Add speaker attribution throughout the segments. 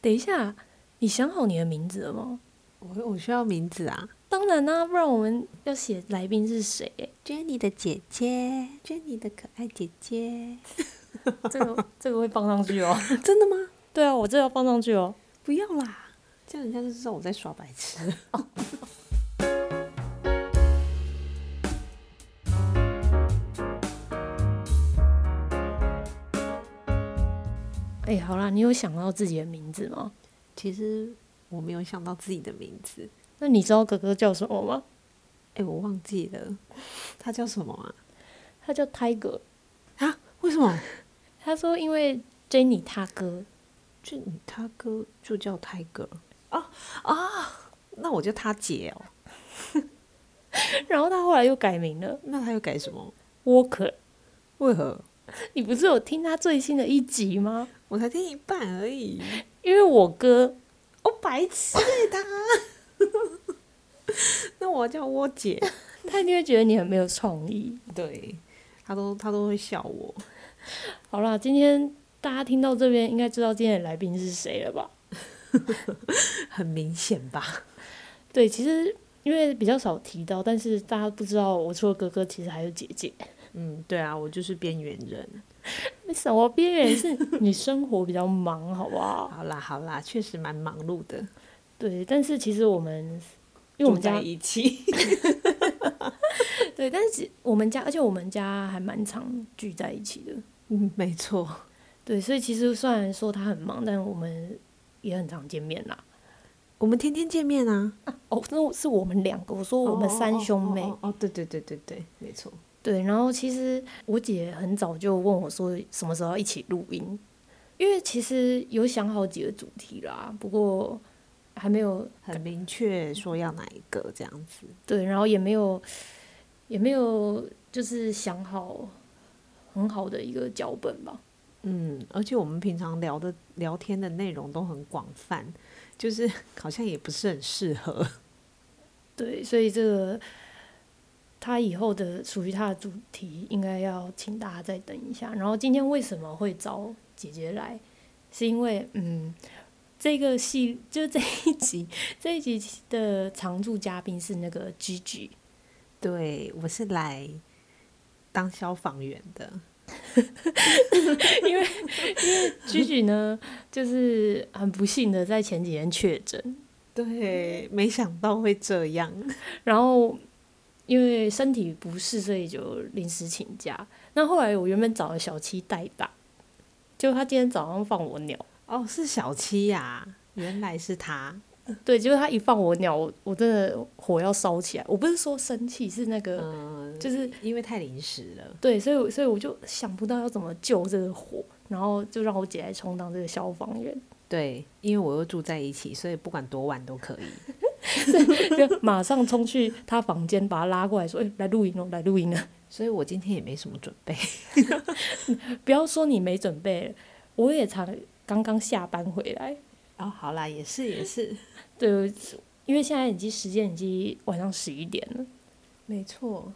Speaker 1: 等一下，你想好你的名字了吗？
Speaker 2: 我我需要名字啊
Speaker 1: 当然啦、不然我们要写来宾是谁、欸？
Speaker 2: ，Jenny 的姐姐，Jenny 的可爱姐姐，
Speaker 1: 这个 这个会放上去哦。
Speaker 2: 真的吗？
Speaker 1: 对啊，我这个要放上去哦。
Speaker 2: 不要啦，这样人家就知道我在耍白痴。
Speaker 1: 哎、好啦，你有想到自己的名字吗？
Speaker 2: 其实我没有想到自己的名字，
Speaker 1: 那你知道哥哥叫什么吗？
Speaker 2: 哎、我忘记了，他叫什么啊？
Speaker 1: 他叫 Tiger。
Speaker 2: 啊？为什么？
Speaker 1: 他说因为 Jenny 他哥，
Speaker 2: 就你他哥就叫 Tiger 啊啊，那我就他姐哦。
Speaker 1: 然后他后来又改名了
Speaker 2: 那他又改什么？
Speaker 1: Walker。
Speaker 2: 为何？
Speaker 1: 你不是有听他最新的一集吗？
Speaker 2: 我才听一半而已。
Speaker 1: 因为我哥
Speaker 2: 哦，白痴欸他。 那我要叫我姐。
Speaker 1: 他一定会觉得你很没有创意。
Speaker 2: 对，他都他都会笑我。
Speaker 1: 好啦，今天大家听到这边应该知道今天的来宾是谁了吧？
Speaker 2: 很明显吧？
Speaker 1: 对，其实因为比较少提到，但是大家不知道我除了哥哥，其实还有姐姐。
Speaker 2: 嗯，对啊，我就是边缘人。
Speaker 1: 为什么边缘 人是你生活比较忙，好不好？
Speaker 2: 好啦好啦，确实蛮忙碌的，
Speaker 1: 对，但是其实我们。因为
Speaker 2: 住
Speaker 1: 我们家
Speaker 2: 在一起。
Speaker 1: 对，但是其我们家，而且我们家还蛮常聚在一起的。
Speaker 2: 嗯，没错。
Speaker 1: 对，所以其实虽然说他很忙，但我们也很常见面啦。
Speaker 2: 我们天天见面啊，
Speaker 1: 哦，那是我们两个，我说我们三兄妹。
Speaker 2: 哦，哦哦哦对对对对对，没错。
Speaker 1: 对，然后其实我姐很早就问我说什么时候要一起录音，因为其实有想好几个主题啦，不过还没有
Speaker 2: 很明确说要哪一个这样子，
Speaker 1: 对，然后也没有也没有就是想好很好的一个脚本吧。
Speaker 2: 嗯，而且我们平常聊的聊天的内容都很广泛，就是 好像也不是很适合。
Speaker 1: 对，所以这个他以后的属于他的主题，应该要请大家再等一下。然后今天为什么会找姐姐来，是因为嗯，这个戏就这一集这一集的常驻嘉宾是那个 Gigi，
Speaker 2: 对我是来当消防员的，
Speaker 1: 因为因为 Gigi 呢，就是很不幸的在前几天确诊，
Speaker 2: 对，没想到会这样。
Speaker 1: 然后。因为身体不适，所以就临时请假。那后来我原本找了小七代打，结果他今天早上放我鸟，
Speaker 2: 哦，是小七呀、原来是他。
Speaker 1: 对，结果他一放我鸟，我我真的火要烧起来。我不是说生气，是那个、
Speaker 2: 嗯，
Speaker 1: 就是
Speaker 2: 因为太临时了。
Speaker 1: 对，所以我所以我就想不到要怎么救这个火，然后就让我姐来充当这个消防员，
Speaker 2: 对，因为我又住在一起，所以不管多晚都可以。
Speaker 1: 就马上冲去他房间，把他拉过来说：“哎、来录音哦，来录音了！
Speaker 2: 所以我今天也没什么准备。
Speaker 1: 不要说你没准备了，我也才刚刚下班回来。
Speaker 2: 哦，好啦，也是也 是，
Speaker 1: 对，因为现在已经时间已经晚上十一点了，
Speaker 2: 没错。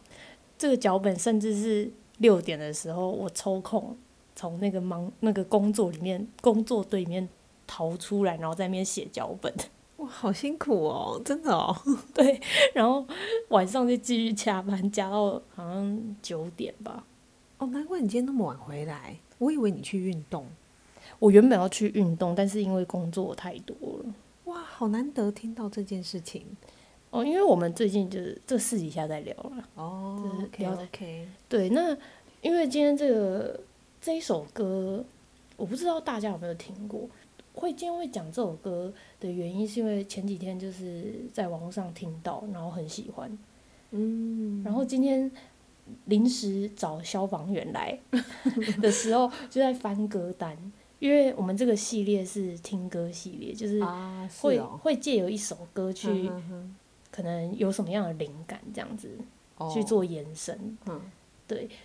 Speaker 1: 这个脚本甚至是六点的时候，我抽空从那个忙那个工作里面工作队里面逃出来，然后在那边写脚本，
Speaker 2: 哇，好辛苦哦，真的哦。
Speaker 1: 对，然后晚上就继续加班，加到好像九点吧。
Speaker 2: 哦，难怪你今天那么晚回来，我以为你去运动。
Speaker 1: 我原本要去运动，但是因为工作太多了，
Speaker 2: 哇，好难得听到这件事情。
Speaker 1: 哦，因为我们最近就是这私底下再聊了。
Speaker 2: 哦
Speaker 1: 这
Speaker 2: ，OK
Speaker 1: 聊得
Speaker 2: OK，
Speaker 1: 对，那因为今天这个这一首歌，我不知道大家有没有听过。会今天会讲这首歌的原因，是因为前几天就是在网络上听到，然后很喜欢，
Speaker 2: 嗯，
Speaker 1: 然后今天临时找消防员 来的时候，就在翻歌单，因为我们这个系列是听歌系列，就是
Speaker 2: 啊，是
Speaker 1: 会、
Speaker 2: 哦，
Speaker 1: 会借由一首歌去、
Speaker 2: 嗯哼哼
Speaker 1: 可能有什么样的灵感这样子、
Speaker 2: 哦
Speaker 1: 去做延伸，
Speaker 2: 嗯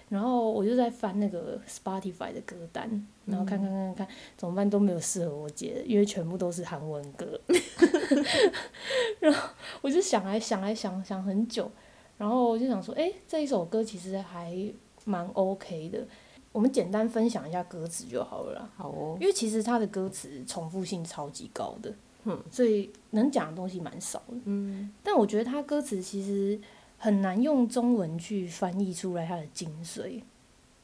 Speaker 1: 然后我就在翻那个 Spotify 的歌单，然后看看
Speaker 2: 嗯
Speaker 1: 看看，怎么办都没有适合我姐的，因为全部都是韩文 歌。 然后我就想来想来想想很久，然后我就想说，哎，这一首歌其实还蛮 OK 的，我们简单分享一下歌词就好了啦。
Speaker 2: 好哦，
Speaker 1: 因为其实它的歌词重复性超级高的，
Speaker 2: 嗯，
Speaker 1: 所以能讲的东西蛮少的。
Speaker 2: 嗯，
Speaker 1: 但我觉得它歌词其实很难用中文去翻译出来它的精髓，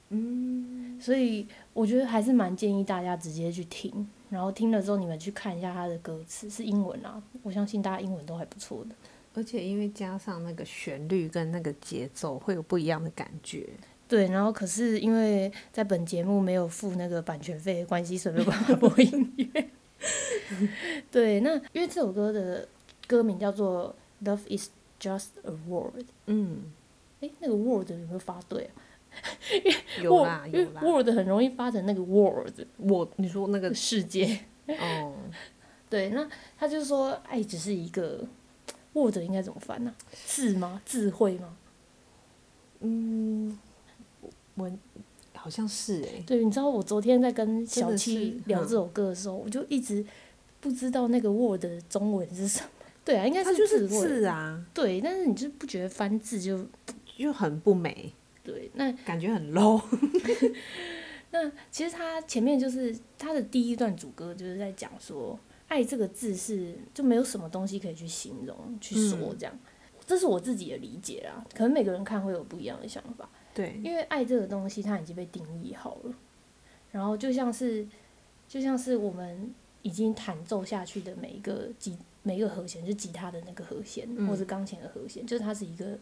Speaker 2: 嗯，
Speaker 1: 所以我觉得还是蛮建议大家直接去听，然后听了之后你们去看一下它的歌词是英文啊，我相信大家英文都还不错的。
Speaker 2: 而且因为加上那个旋律跟那个节奏，会有不一样的感觉。
Speaker 1: 对，然后可是因为在本节目没有付那个版权费的关系，所以没有办法播音乐。 对，那因为这首歌的歌名叫做《Love Is Just a Word》，
Speaker 2: 嗯，
Speaker 1: 诶，那个 word 有没有发对啊？
Speaker 2: 有啦
Speaker 1: word- 因为
Speaker 2: 有啦。
Speaker 1: word 很容易发成那个 world
Speaker 2: 我你说那个
Speaker 1: 世界。
Speaker 2: 哦，
Speaker 1: 对，那他就说爱只是一个 word 应该怎么翻呢、智吗？智慧吗？
Speaker 2: 嗯，我好像是哎、
Speaker 1: 对，你知道我昨天在跟
Speaker 2: 真
Speaker 1: 小
Speaker 2: 的
Speaker 1: 七
Speaker 2: 是
Speaker 1: 聊
Speaker 2: 嗯
Speaker 1: 这首歌的时候，我就一直不知道那个 Word 的中文是什么。对啊，应该
Speaker 2: 它
Speaker 1: 是
Speaker 2: 就是
Speaker 1: 字 Word
Speaker 2: 字啊，
Speaker 1: 对，但是你就不觉得翻字就
Speaker 2: 就很不美，
Speaker 1: 对？那
Speaker 2: 感觉很 low。
Speaker 1: 那其实他前面就是他的第一段主歌就是在讲说，爱这个字是就没有什么东西可以去形容去说
Speaker 2: 嗯
Speaker 1: 这样。这是我自己的理解啦，可能每个人看会有不一样的想法。
Speaker 2: 对，
Speaker 1: 因为爱这个东西，它已经被定义好了，然后就像是就像是我们已经弹奏下去的每一个吉每一个和弦，就是吉他的那个和弦，
Speaker 2: 嗯
Speaker 1: 或者钢琴的和弦，就是它是一个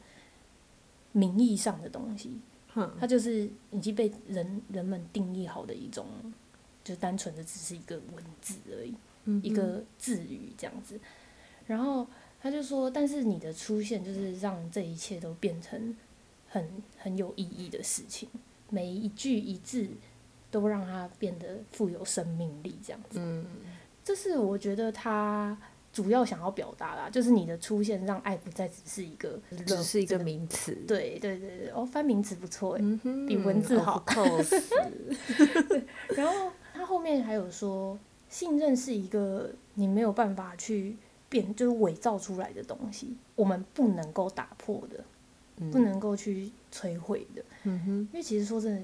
Speaker 1: 名义上的东西，
Speaker 2: 哼，
Speaker 1: 它就是已经被人人们定义好的一种，就单纯的只是一个文字而已。
Speaker 2: 嗯
Speaker 1: 一个字语这样子。然后他就说，但是你的出现就是让这一切都变成很很有意义的事情，每一句一字都让它变得富有生命力这样子。
Speaker 2: 嗯
Speaker 1: 这是我觉得他。主要想要表达啦，就是你的出现让爱不再只是一个，
Speaker 2: 哼，只是一个。名词。
Speaker 1: 对对对对，哦，翻名词不错诶。
Speaker 2: 嗯哼，哦
Speaker 1: 比文字好
Speaker 2: of course
Speaker 1: 然后他后面还有说，信任是一个你没有办法去变，就是伪造出来的东西，我们不能够打破的，
Speaker 2: 嗯
Speaker 1: 不能够去摧毁的。
Speaker 2: 嗯哼，
Speaker 1: 因为其实说真的，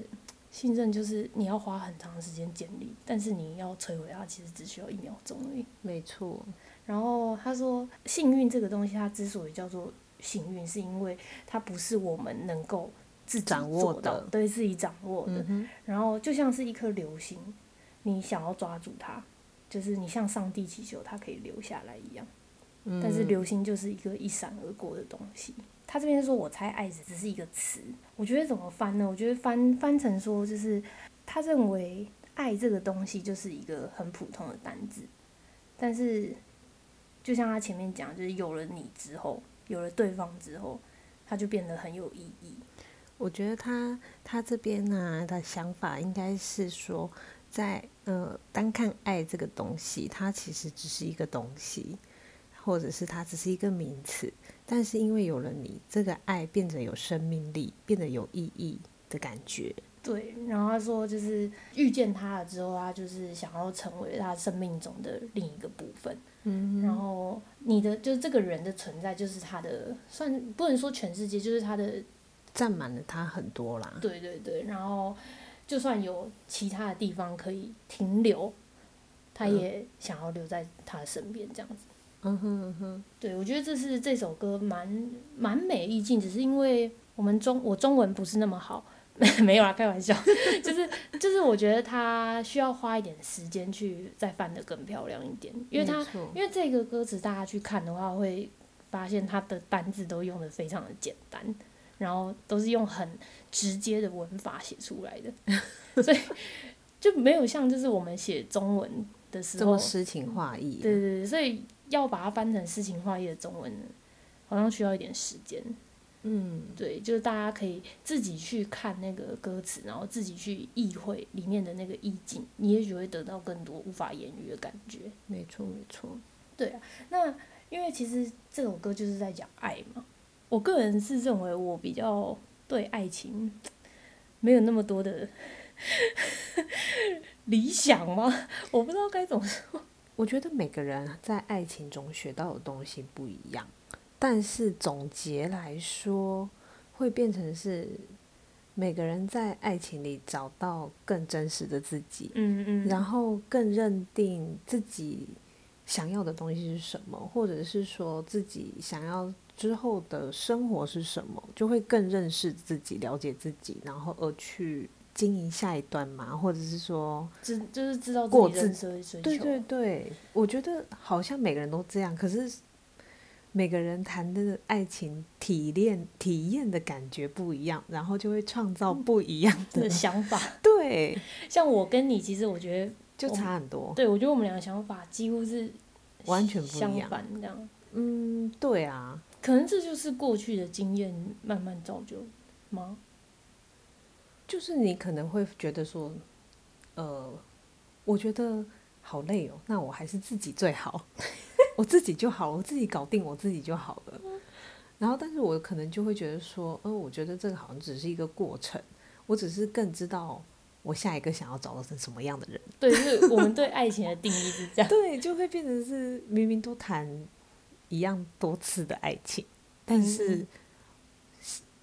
Speaker 1: 信任就是你要花很长的时间建立，但是你要摧毁它，其实只需要一秒钟而已。
Speaker 2: 没错。
Speaker 1: 然后他说，幸运这个东西，它之所以叫做幸运，是因为它不是我们能够自己
Speaker 2: 掌握
Speaker 1: 做到
Speaker 2: 的
Speaker 1: 对自己掌握的
Speaker 2: 嗯。哼，
Speaker 1: 然后就像是一颗流星，你想要抓住它，就是你向上帝祈求它可以留下来一样。
Speaker 2: 嗯
Speaker 1: 但是流星就是一个一闪而过的东西。他这边说，我猜爱子只是一个词，我觉得怎么翻呢？我觉得翻翻成说，就是他认为爱这个东西就是一个很普通的单字，但是就像他前面讲，就是有了你之后，有了对方之后，它就变得很有意义。
Speaker 2: 我觉得他他这边呢、的想法应该是说，在呃单看爱这个东西，它其实只是一个东西，或者是它只是一个名词，但是因为有了你，这个爱变得有生命力，变得有意义的感觉。
Speaker 1: 对，然后他说就是遇见他了之后，他就是想要成为他生命中的另一个部分。
Speaker 2: 嗯
Speaker 1: 然后你的就是这个人的存在，就是他的算不能说全世界，就是他的
Speaker 2: 占满了它很多啦。
Speaker 1: 对对对。然后就算有其他的地方可以停留，他
Speaker 2: 嗯
Speaker 1: 也想要留在他身边这样子。
Speaker 2: 嗯哼嗯哼，
Speaker 1: 对，我觉得这是这首歌蛮蛮美意境，只是因为我们中我中文不是那么好， 没有啦，开玩笑， 就是就是我觉得它需要花一点时间去再翻得更漂亮一点，因为它
Speaker 2: 没错
Speaker 1: 因为这个歌词大家去看的话会发现它的单字都用的非常的简单，然后都是用很直接的文法写出来的， 所以就没有像就是我们写中文的时
Speaker 2: 这
Speaker 1: 候
Speaker 2: 么诗情画意。
Speaker 1: 对对对，所以要把它翻成诗情画意的中文，好像需要一点时间。
Speaker 2: 嗯，
Speaker 1: 对，就是大家可以自己去看那个歌词，然后自己去意会里面的那个意境，你也许会得到更多无法言喻的感觉。
Speaker 2: 没错没错。
Speaker 1: 对啊，那因为其实这首歌就是在讲爱嘛，我个人是认为我比较对爱情没有那么多的理想吗？我不知道该怎么说。
Speaker 2: 我觉得每个人在爱情中学到的东西不一样，但是总结来说，会变成是每个人在爱情里找到更真实的自己，
Speaker 1: 嗯嗯，
Speaker 2: 然后更认定自己想要的东西是什么，或者是说自己想要之后的生活是什么，就会更认识自己、了解自己，然后而去经营下一段嘛，或者是说，
Speaker 1: 知就是知道
Speaker 2: 过
Speaker 1: 自己人
Speaker 2: 自
Speaker 1: 生的追求，
Speaker 2: 对对对，我觉得好像每个人都这样，可是。每个人谈的爱情体验体验的感觉不一样，然后就会创造
Speaker 1: 嗯
Speaker 2: 不一样的
Speaker 1: 的想法。
Speaker 2: 对，
Speaker 1: 像我跟你，其实我觉得，
Speaker 2: 就
Speaker 1: 我
Speaker 2: 差很多。
Speaker 1: 对我觉得我们俩的想法几乎是
Speaker 2: 完全不一
Speaker 1: 相
Speaker 2: 样
Speaker 1: 反这样。
Speaker 2: 嗯，对啊，
Speaker 1: 可能这就是过去的经验慢慢造就吗？
Speaker 2: 就是你可能会觉得说，呃，我觉得好累哦，那我还是自己最好， 我自己就好，我自己搞定我自己就好了。然后，但是我可能就会觉得说，嗯、我觉得这个好像只是一个过程，我只是更知道我下一个想要找到是什么样的人。
Speaker 1: 对，就是我们对爱情的定义是这样。
Speaker 2: 对，就会变成是明明都谈一样多次的爱情，但是
Speaker 1: 嗯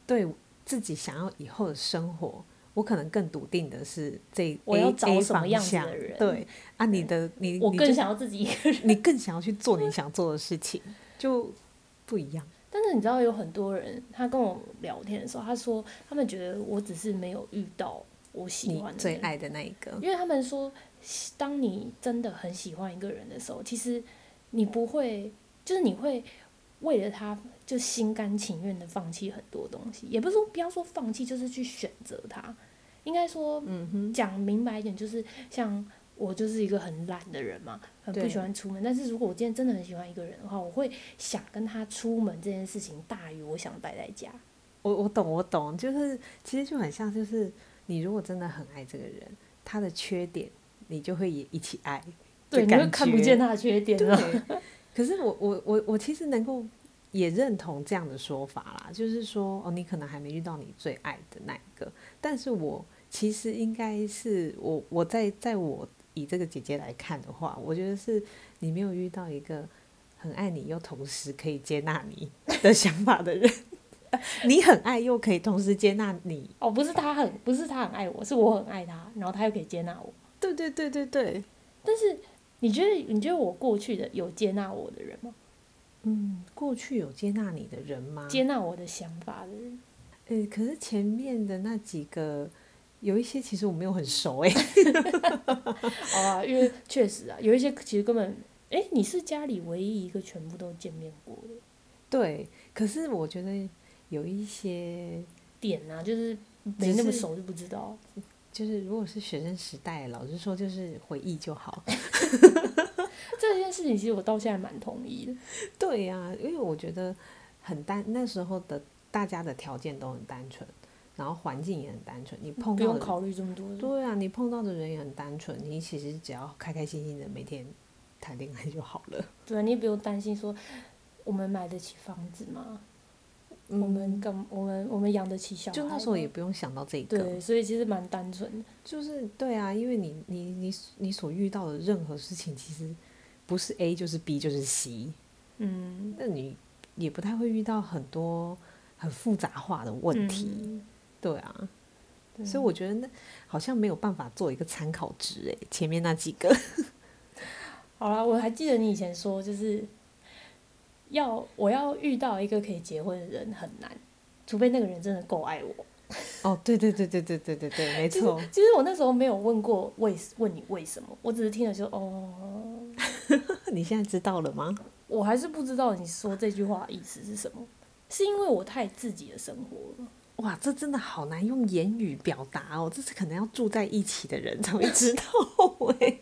Speaker 2: 对自己想要以后的生活，我可能更笃定的是这
Speaker 1: 我要
Speaker 2: A-
Speaker 1: 找
Speaker 2: A
Speaker 1: 什么
Speaker 2: 方
Speaker 1: 样子的
Speaker 2: 向
Speaker 1: 人
Speaker 2: 对啊，你的 你
Speaker 1: 我
Speaker 2: 你
Speaker 1: 更
Speaker 2: 就
Speaker 1: 想要自己一个人。
Speaker 2: 你更想要去做你想做的事情，就不一样。
Speaker 1: 但是你知道，有很多人他跟我聊天的时候，他说他们觉得我只是没有遇到我喜
Speaker 2: 你
Speaker 1: 欢的
Speaker 2: 最
Speaker 1: 人，
Speaker 2: 爱的那一个，
Speaker 1: 因为他们说，喜当你真的很喜欢一个人的时候，其实你不会，就是你会为了他就心甘情愿的放弃很多东西，也不是说不要说放弃，就是去选择他。应该说，
Speaker 2: 嗯哼，
Speaker 1: 讲明白一点，就是像我就是一个很懒的人嘛，很不
Speaker 2: 对
Speaker 1: 喜欢出门。但是如果我今天真的很喜欢一个人的话，我会想跟他出门这件事情大于我想待在家。
Speaker 2: 我我懂我懂，就是其实就很像，就是你如果真的很爱这个人，他的缺点你就会也一起爱，
Speaker 1: 对，
Speaker 2: 的
Speaker 1: 你会
Speaker 2: 感
Speaker 1: 看不
Speaker 2: 觉
Speaker 1: 见他的缺点了。
Speaker 2: 对， 可是我我我我其实能够也认同这样的说法啦，就是说哦，你可能还没遇到你最爱的那一个，但是我其实应该是我我在在我以这个姐姐来看的话，我觉得是你没有遇到一个很爱你又同时可以接纳你的想法的人。 你很爱又可以同时接纳你，
Speaker 1: 哦，不是他很，不是他很爱我，是我很爱他，然后他又可以接纳我。
Speaker 2: 对对对对对，
Speaker 1: 但是你觉得，你觉得我过去的有接纳我的人吗？
Speaker 2: 嗯，过去有接纳你的人吗？
Speaker 1: 接纳我的想法的人？
Speaker 2: 呃，可是前面的那几个有一些其实我没有很熟哎、
Speaker 1: 啊，因为确实啊，有一些其实根本，哎、你是家里唯一一个全部都见面过的
Speaker 2: 对，可是我觉得有一些
Speaker 1: 点啊，就是没那么
Speaker 2: 只是
Speaker 1: 熟就不知道。
Speaker 2: 就是如果是学生时代，老师说就是回忆就好。
Speaker 1: 这件事情其实我到现在蛮同意的。
Speaker 2: 对呀、因为我觉得很单，那时候的大家的条件都很单纯，然后环境也很单纯，你碰
Speaker 1: 不
Speaker 2: 到
Speaker 1: 用
Speaker 2: 的
Speaker 1: 考虑这么多。
Speaker 2: 对啊，你碰到的人也很单纯，你其实只要开开心心的每天谈恋爱就好了。
Speaker 1: 对，你也不用担心说我们买得起房子吗？我们
Speaker 2: 嗯
Speaker 1: 干我们我们养得起小孩吗？
Speaker 2: 就那时候也不用想到这一个。
Speaker 1: 对，所以其实蛮单纯的。
Speaker 2: 就是对啊，因为你你你你所遇到的任何事情，其实不是 A 就是 B 就是 C，
Speaker 1: 嗯，
Speaker 2: 那你也不太会遇到很多很复杂化的问题，
Speaker 1: 嗯
Speaker 2: 对啊，
Speaker 1: 对
Speaker 2: 所以我觉得那好像没有办法做一个参考值诶，前面那几个，
Speaker 1: 好啦，我还记得你以前说，就是要我要遇到一个可以结婚的人很难，除非那个人真的够爱我。
Speaker 2: 哦，对对对对对对对对， 没
Speaker 1: 其实
Speaker 2: 错，
Speaker 1: 其实我那时候没有问过为问你为什么，我只是听了就哦，
Speaker 2: 你现在知道了吗？
Speaker 1: 我还是不知道你说这句话的意思是什么，是因为我太自己的生活了吗。
Speaker 2: 哇，这真的好难用言语表达哦，这是可能要住在一起的人才会知道哎、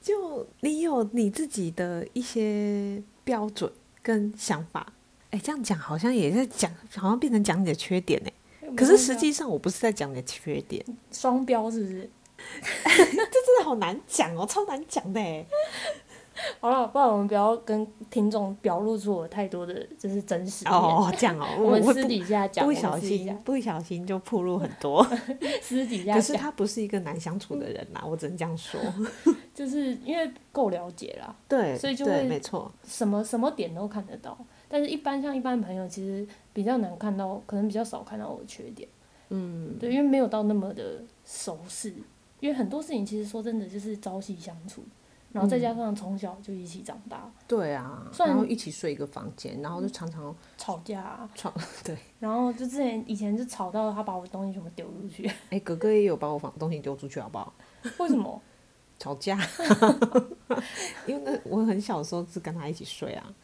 Speaker 2: 就你有你自己的一些标准跟想法，哎、这样讲好像也在讲，好像变成讲你的缺点哎、可是实际上我不是在讲你的缺 点，
Speaker 1: 双标是不是？
Speaker 2: 这真的好难讲哦，超难讲的哎、
Speaker 1: 好了，不然我们不要跟听众表露出我太多的就是真实面。
Speaker 2: 哦，这样哦，
Speaker 1: 我们
Speaker 2: 会
Speaker 1: 私
Speaker 2: 不
Speaker 1: 底下讲，
Speaker 2: 不
Speaker 1: 我们
Speaker 2: 小
Speaker 1: 私底
Speaker 2: 心
Speaker 1: 下
Speaker 2: 不小心就暴露很 多，
Speaker 1: 私底下
Speaker 2: 可是
Speaker 1: 讲，
Speaker 2: 他不是一个难相处的人啦，我只能这样说。
Speaker 1: 就是因为够了解啦，
Speaker 2: 对，
Speaker 1: 所以就
Speaker 2: 对
Speaker 1: 会
Speaker 2: 没错，
Speaker 1: 什么什么点都看得到。但是一般像一般朋友，其实比较难看到，可能比较少看到我的缺点。
Speaker 2: 嗯，
Speaker 1: 对，因为没有到那么的熟识，因为很多事情其实说真的就是朝夕相处，然后再加上从小就一起长大，
Speaker 2: 对啊，
Speaker 1: 虽然
Speaker 2: 然后一起睡一个房间，然后
Speaker 1: 嗯
Speaker 2: 就常常
Speaker 1: 吵架、啊，
Speaker 2: 床 对，
Speaker 1: 然后就之前以前就吵到他把我东西全部丢出去，
Speaker 2: 哎，哥哥也有把我房东西丢出去，好不好？
Speaker 1: 为什么？
Speaker 2: 吵 架， 因为那我很小的时候是跟他一起睡啊，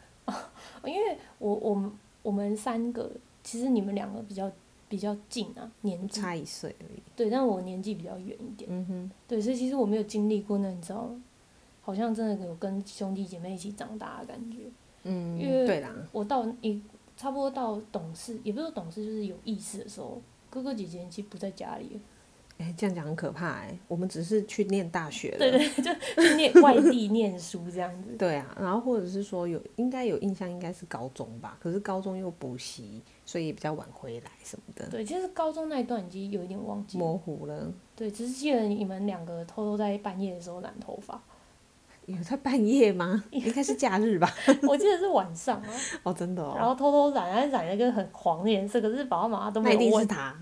Speaker 1: 因为我我们我们三个其实你们两个比较比较近啊，年纪
Speaker 2: 差一岁而已。
Speaker 1: 对，但我年纪比较远一点，
Speaker 2: 嗯哼，
Speaker 1: 对，所以其实我没有经历过那你知道，好像真的有跟兄弟姐妹一起长大的感觉。
Speaker 2: 嗯，
Speaker 1: 因为
Speaker 2: 对啦，
Speaker 1: 我到一差不多到懂事，也不是说懂事，就是有意识的时候，哥哥姐姐其实不在家里，
Speaker 2: 哎，这样讲很可怕哎，我们只是去念大学了。
Speaker 1: 对对，就去念外地念书这样 子。
Speaker 2: 对啊，然后或者是说有应该有印象，应该是高中吧，可是高中又补习，所以也比较晚回来什么的，
Speaker 1: 对，其实高中那一段已经有一点忘记了，
Speaker 2: 模糊了。
Speaker 1: 对，只是记得你们两个偷偷在半夜的时候染头 发，
Speaker 2: 有在半 夜吗？应该是假日吧。
Speaker 1: 我记得是晚上啊，
Speaker 2: 哦，真的
Speaker 1: 然
Speaker 2: 哦，
Speaker 1: 后偷偷染，但是染了一个很黄的颜色，可是爸爸妈妈都
Speaker 2: 那
Speaker 1: 没
Speaker 2: 一
Speaker 1: 有
Speaker 2: 定是
Speaker 1: 问。
Speaker 2: 他。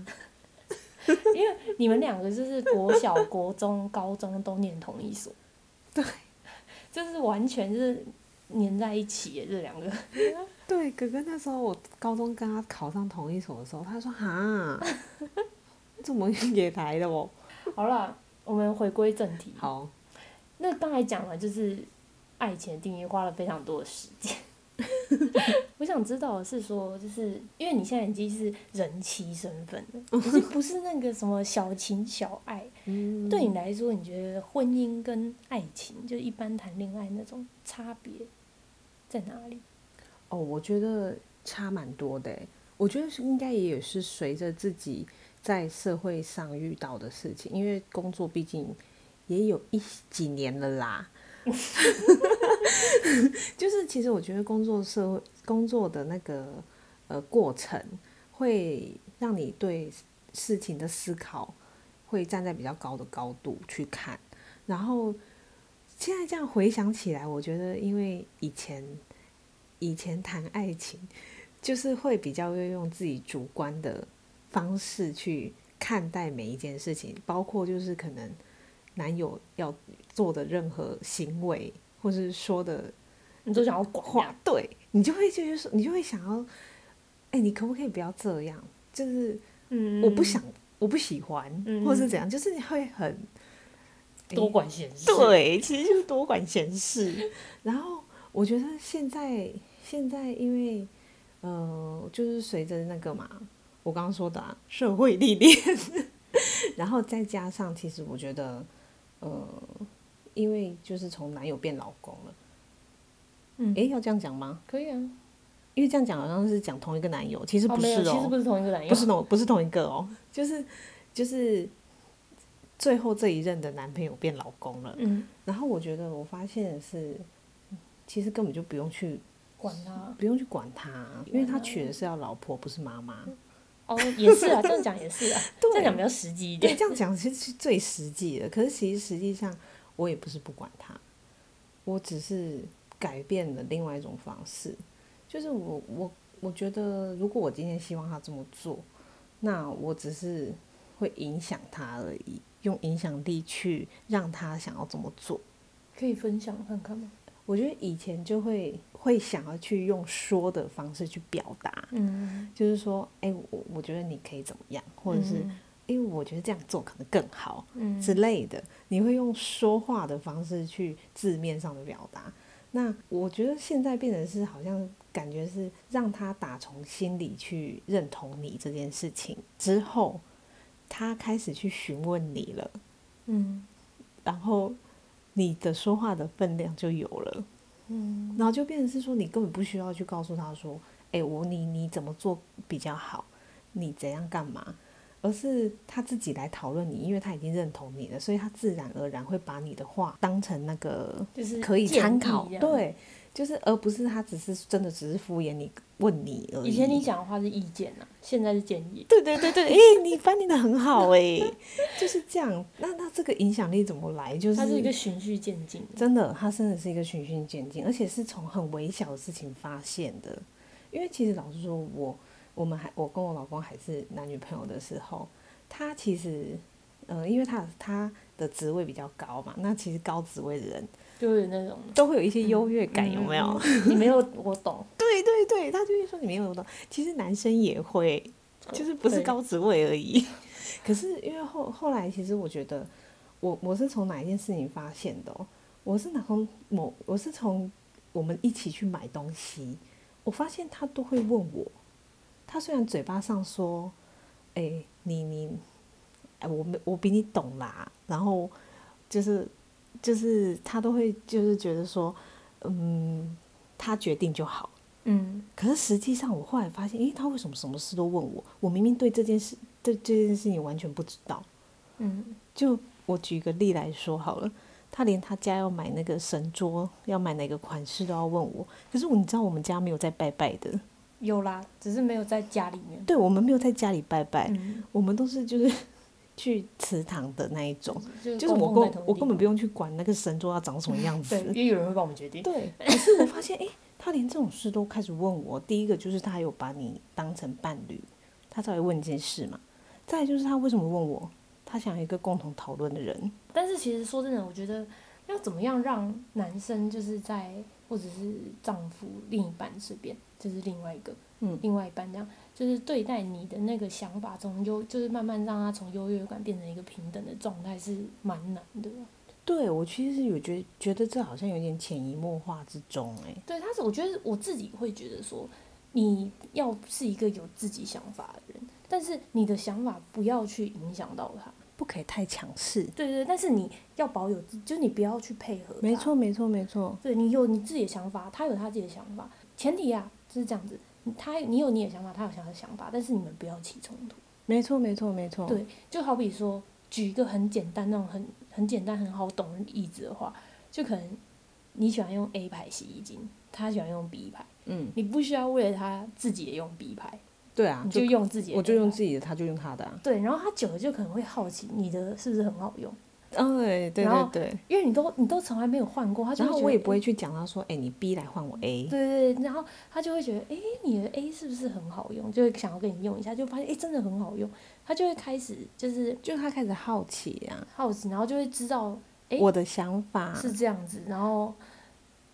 Speaker 1: 你们两个就是国小、国中、高中都念同一所，
Speaker 2: 对，
Speaker 1: 就是完全是粘在一起耶这两个。
Speaker 2: 对，哥哥那时候我高中跟他考上同一所的时候，他 说哈，怎么也来了哦。
Speaker 1: 好啦，我们回归正题。，
Speaker 2: 好，
Speaker 1: 那刚才讲了，就是爱情的定义花了非常多的时间。 我想知道的是说，就是因为你现在已经是人妻身份了，已经不是那个什么小情小爱。
Speaker 2: 嗯，
Speaker 1: 对你来说，你觉得婚姻跟爱情，就一般谈恋爱那种差别在哪里？
Speaker 2: 哦，我觉得差蛮多的欸。我觉得是应该也是随着自己在社会上遇到的事情，因为工作毕竟也有一几年了啦。 就是其实我觉得工作社会工作的那个呃过程，会让你对事情的思考会站在比较高的高度去看。然后现在这样回想起来，我觉得因为以前以前谈爱情，就是会比较会用自己主观的方式去看待每一件事情，包括就是可能男友要做的任何行为，或是说的
Speaker 1: 你都想要管
Speaker 2: 话，对你就会就是说，你就会想要，哎、你可不可以不要这样？就是
Speaker 1: 嗯，
Speaker 2: 我不想，我不喜欢，
Speaker 1: 嗯
Speaker 2: 或是怎样，就是你会很
Speaker 1: 多管闲事。，
Speaker 2: 对，其实就是多管闲事。然后我觉得现在现在因为呃，就是随着那个嘛，我刚刚说的、啊、社会历练， 然后再加上其实我觉得呃，因为就是从男友变老公了，
Speaker 1: 嗯，
Speaker 2: 诶，要这样讲吗？
Speaker 1: 可以啊。
Speaker 2: 因为这样讲好像是讲同一个男友，其实
Speaker 1: 哦，
Speaker 2: 不
Speaker 1: 没
Speaker 2: 是
Speaker 1: 有，其
Speaker 2: 哦
Speaker 1: 实，不是同一个男啊友，
Speaker 2: 不是同不是同一个哦，就是就是最后这一任的男朋友变老公了。
Speaker 1: 嗯，
Speaker 2: 然后我觉得我发现的是，其实根本就不用去
Speaker 1: 管他。
Speaker 2: 不用去管他，因为他娶的是要老婆，不是妈妈。
Speaker 1: 哦，也是啊，这样讲也是啊，
Speaker 2: 对
Speaker 1: 这样讲比较实际一
Speaker 2: 对，
Speaker 1: 点。
Speaker 2: 这样讲其实是最实际的。可是其实实际上，我也不是不管他，我只是改变了另外一种方式。就是我我我觉得，如果我今天希望他这么做，那我只是会影响他而已，用影响力去让他想要这么做。
Speaker 1: 可以分享看看吗？
Speaker 2: 我觉得以前就会会想要去用说的方式去表达，
Speaker 1: 嗯，
Speaker 2: 就是说，哎、我我觉得你可以怎么样，或者是，哎、我觉得这样做可能更好
Speaker 1: 嗯
Speaker 2: 之类的，你会用说话的方式去字面上的表达。那我觉得现在变成是好像感觉是让他打从心里去认同你这件事情之后，他开始去询问你了，
Speaker 1: 嗯
Speaker 2: 然后你的说话的分量就有了。
Speaker 1: 嗯
Speaker 2: 然后就变成是说，你根本不需要去告诉他说，哎、我你你怎么做比较好，你怎样干嘛，而是他自己来讨论你，因为他已经认同你了，所以他自然而然会把你的话当成那个
Speaker 1: 就是
Speaker 2: 可以
Speaker 1: 建议
Speaker 2: 参考
Speaker 1: 这，样。
Speaker 2: 对，就是而不是他只是真的只是敷衍你问你而已。
Speaker 1: 以前你讲的话是意见啊，现在是建议。
Speaker 2: 对对对对，哎、你翻译的很好哎、 就是这样。那那这个影响力怎么来？就是
Speaker 1: 它是一个循序渐进的。
Speaker 2: 真的，它真的是一个循序渐进，而且是从很微小的事情发现的。因为其实老实说，我我们还我跟我老公还是男女朋友的时候，他其实，嗯、因为他他的职位比较高嘛，那其实高职位的人
Speaker 1: 就是那种
Speaker 2: 都会有一些优越感，有没有？？
Speaker 1: 嗯你没有，我懂。
Speaker 2: 对对对，他就会说你没有懂。其实男生也会，就是不是
Speaker 1: 对
Speaker 2: 高职位而已。可是因为后后来，其实我觉得我我是从哪一件事情发现的、哦？我是从某我是从我们一起去买东西，我发现他都会问我。他虽然嘴巴上说，哎、你你，哎，我没我比你懂啦，然后就是就是他都会就是觉得说，嗯，他决定就好。
Speaker 1: 嗯，
Speaker 2: 可是实际上，我后来发现，诶，他为什么什么事都问我？我明明对这件事，对这件事情完全不知道。
Speaker 1: 嗯，
Speaker 2: 就我举个例来说好了，他连他家要买那个神桌，要买哪个款式都要问我。可是我，你知道我们家没有在拜拜的，
Speaker 1: 有啦，只是没有在家里面。
Speaker 2: 对我们没有在家里拜拜，
Speaker 1: 嗯，
Speaker 2: 我们都是就是去祠堂的那一种，
Speaker 1: 就
Speaker 2: 就是我
Speaker 1: 嗯供奉在同
Speaker 2: 根
Speaker 1: 一
Speaker 2: 我
Speaker 1: 地
Speaker 2: 根本不
Speaker 1: 方
Speaker 2: 用去管那个神桌要长什么样子
Speaker 1: 对，。因为有人会帮我们决定。
Speaker 2: 对，可是我发现，诶，他连这种事都开始问我。第一个就是他有把你当成伴侣，他才会问这件事嘛。再来就是他为什么问我，他想要一个共同讨论的人。
Speaker 1: 但是其实说真的，我觉得要怎么样让男生就是在或者是丈夫、另一半这边，就是另外一个
Speaker 2: 嗯
Speaker 1: 另外一半这样，就是对待你的那个想法从优，就是慢慢让他从优越感变成一个平等的状态是蛮难的。
Speaker 2: 对我其实是有觉觉得这好像有点潜移默化之中、诶，
Speaker 1: 对，他是我觉得我自己会觉得说，你要是一个有自己想法的人，但是你的想法不要去影响到他。
Speaker 2: 不可以太强势。
Speaker 1: 对对，对但是你要保有自，就是你不要去配合。
Speaker 2: 没错，没错，没错。
Speaker 1: 对你有你自己的想法，他有他自己的想法，前提啊就是这样子，你他你有你的想法，他有他的想法，但是你们不要起冲突。
Speaker 2: 没错，没错，没错。
Speaker 1: 对，就好比说，举一个很简单那种很很简单很好懂的例子的话，就可能你喜欢用 A 牌洗衣精，他喜欢用 B 牌，
Speaker 2: 嗯，
Speaker 1: 你不需要为了他自己也用 B 牌，
Speaker 2: 对啊，
Speaker 1: 你
Speaker 2: 就
Speaker 1: 就用自己的 A 牌，
Speaker 2: 我就用自己的，他就用他的、啊。
Speaker 1: 对，然后他久了就可能会好奇你的是不是很好用，
Speaker 2: 嗯，对对
Speaker 1: 然后
Speaker 2: 对对。
Speaker 1: 因为你都你都从来没有换过，他就
Speaker 2: 然后
Speaker 1: 会觉
Speaker 2: 我
Speaker 1: 得
Speaker 2: 也不
Speaker 1: 诶
Speaker 2: 会去讲他说，诶，你 B 来换我 A。
Speaker 1: 对对对，然后他就会觉得，诶，你的 A 是不是很好用？就会想要跟你用一下，就发现，诶，真的很好用，他就会开始就是
Speaker 2: 就他开始好奇啊，
Speaker 1: 好奇，然后就会知道诶
Speaker 2: 我的想法
Speaker 1: 是这样子，然后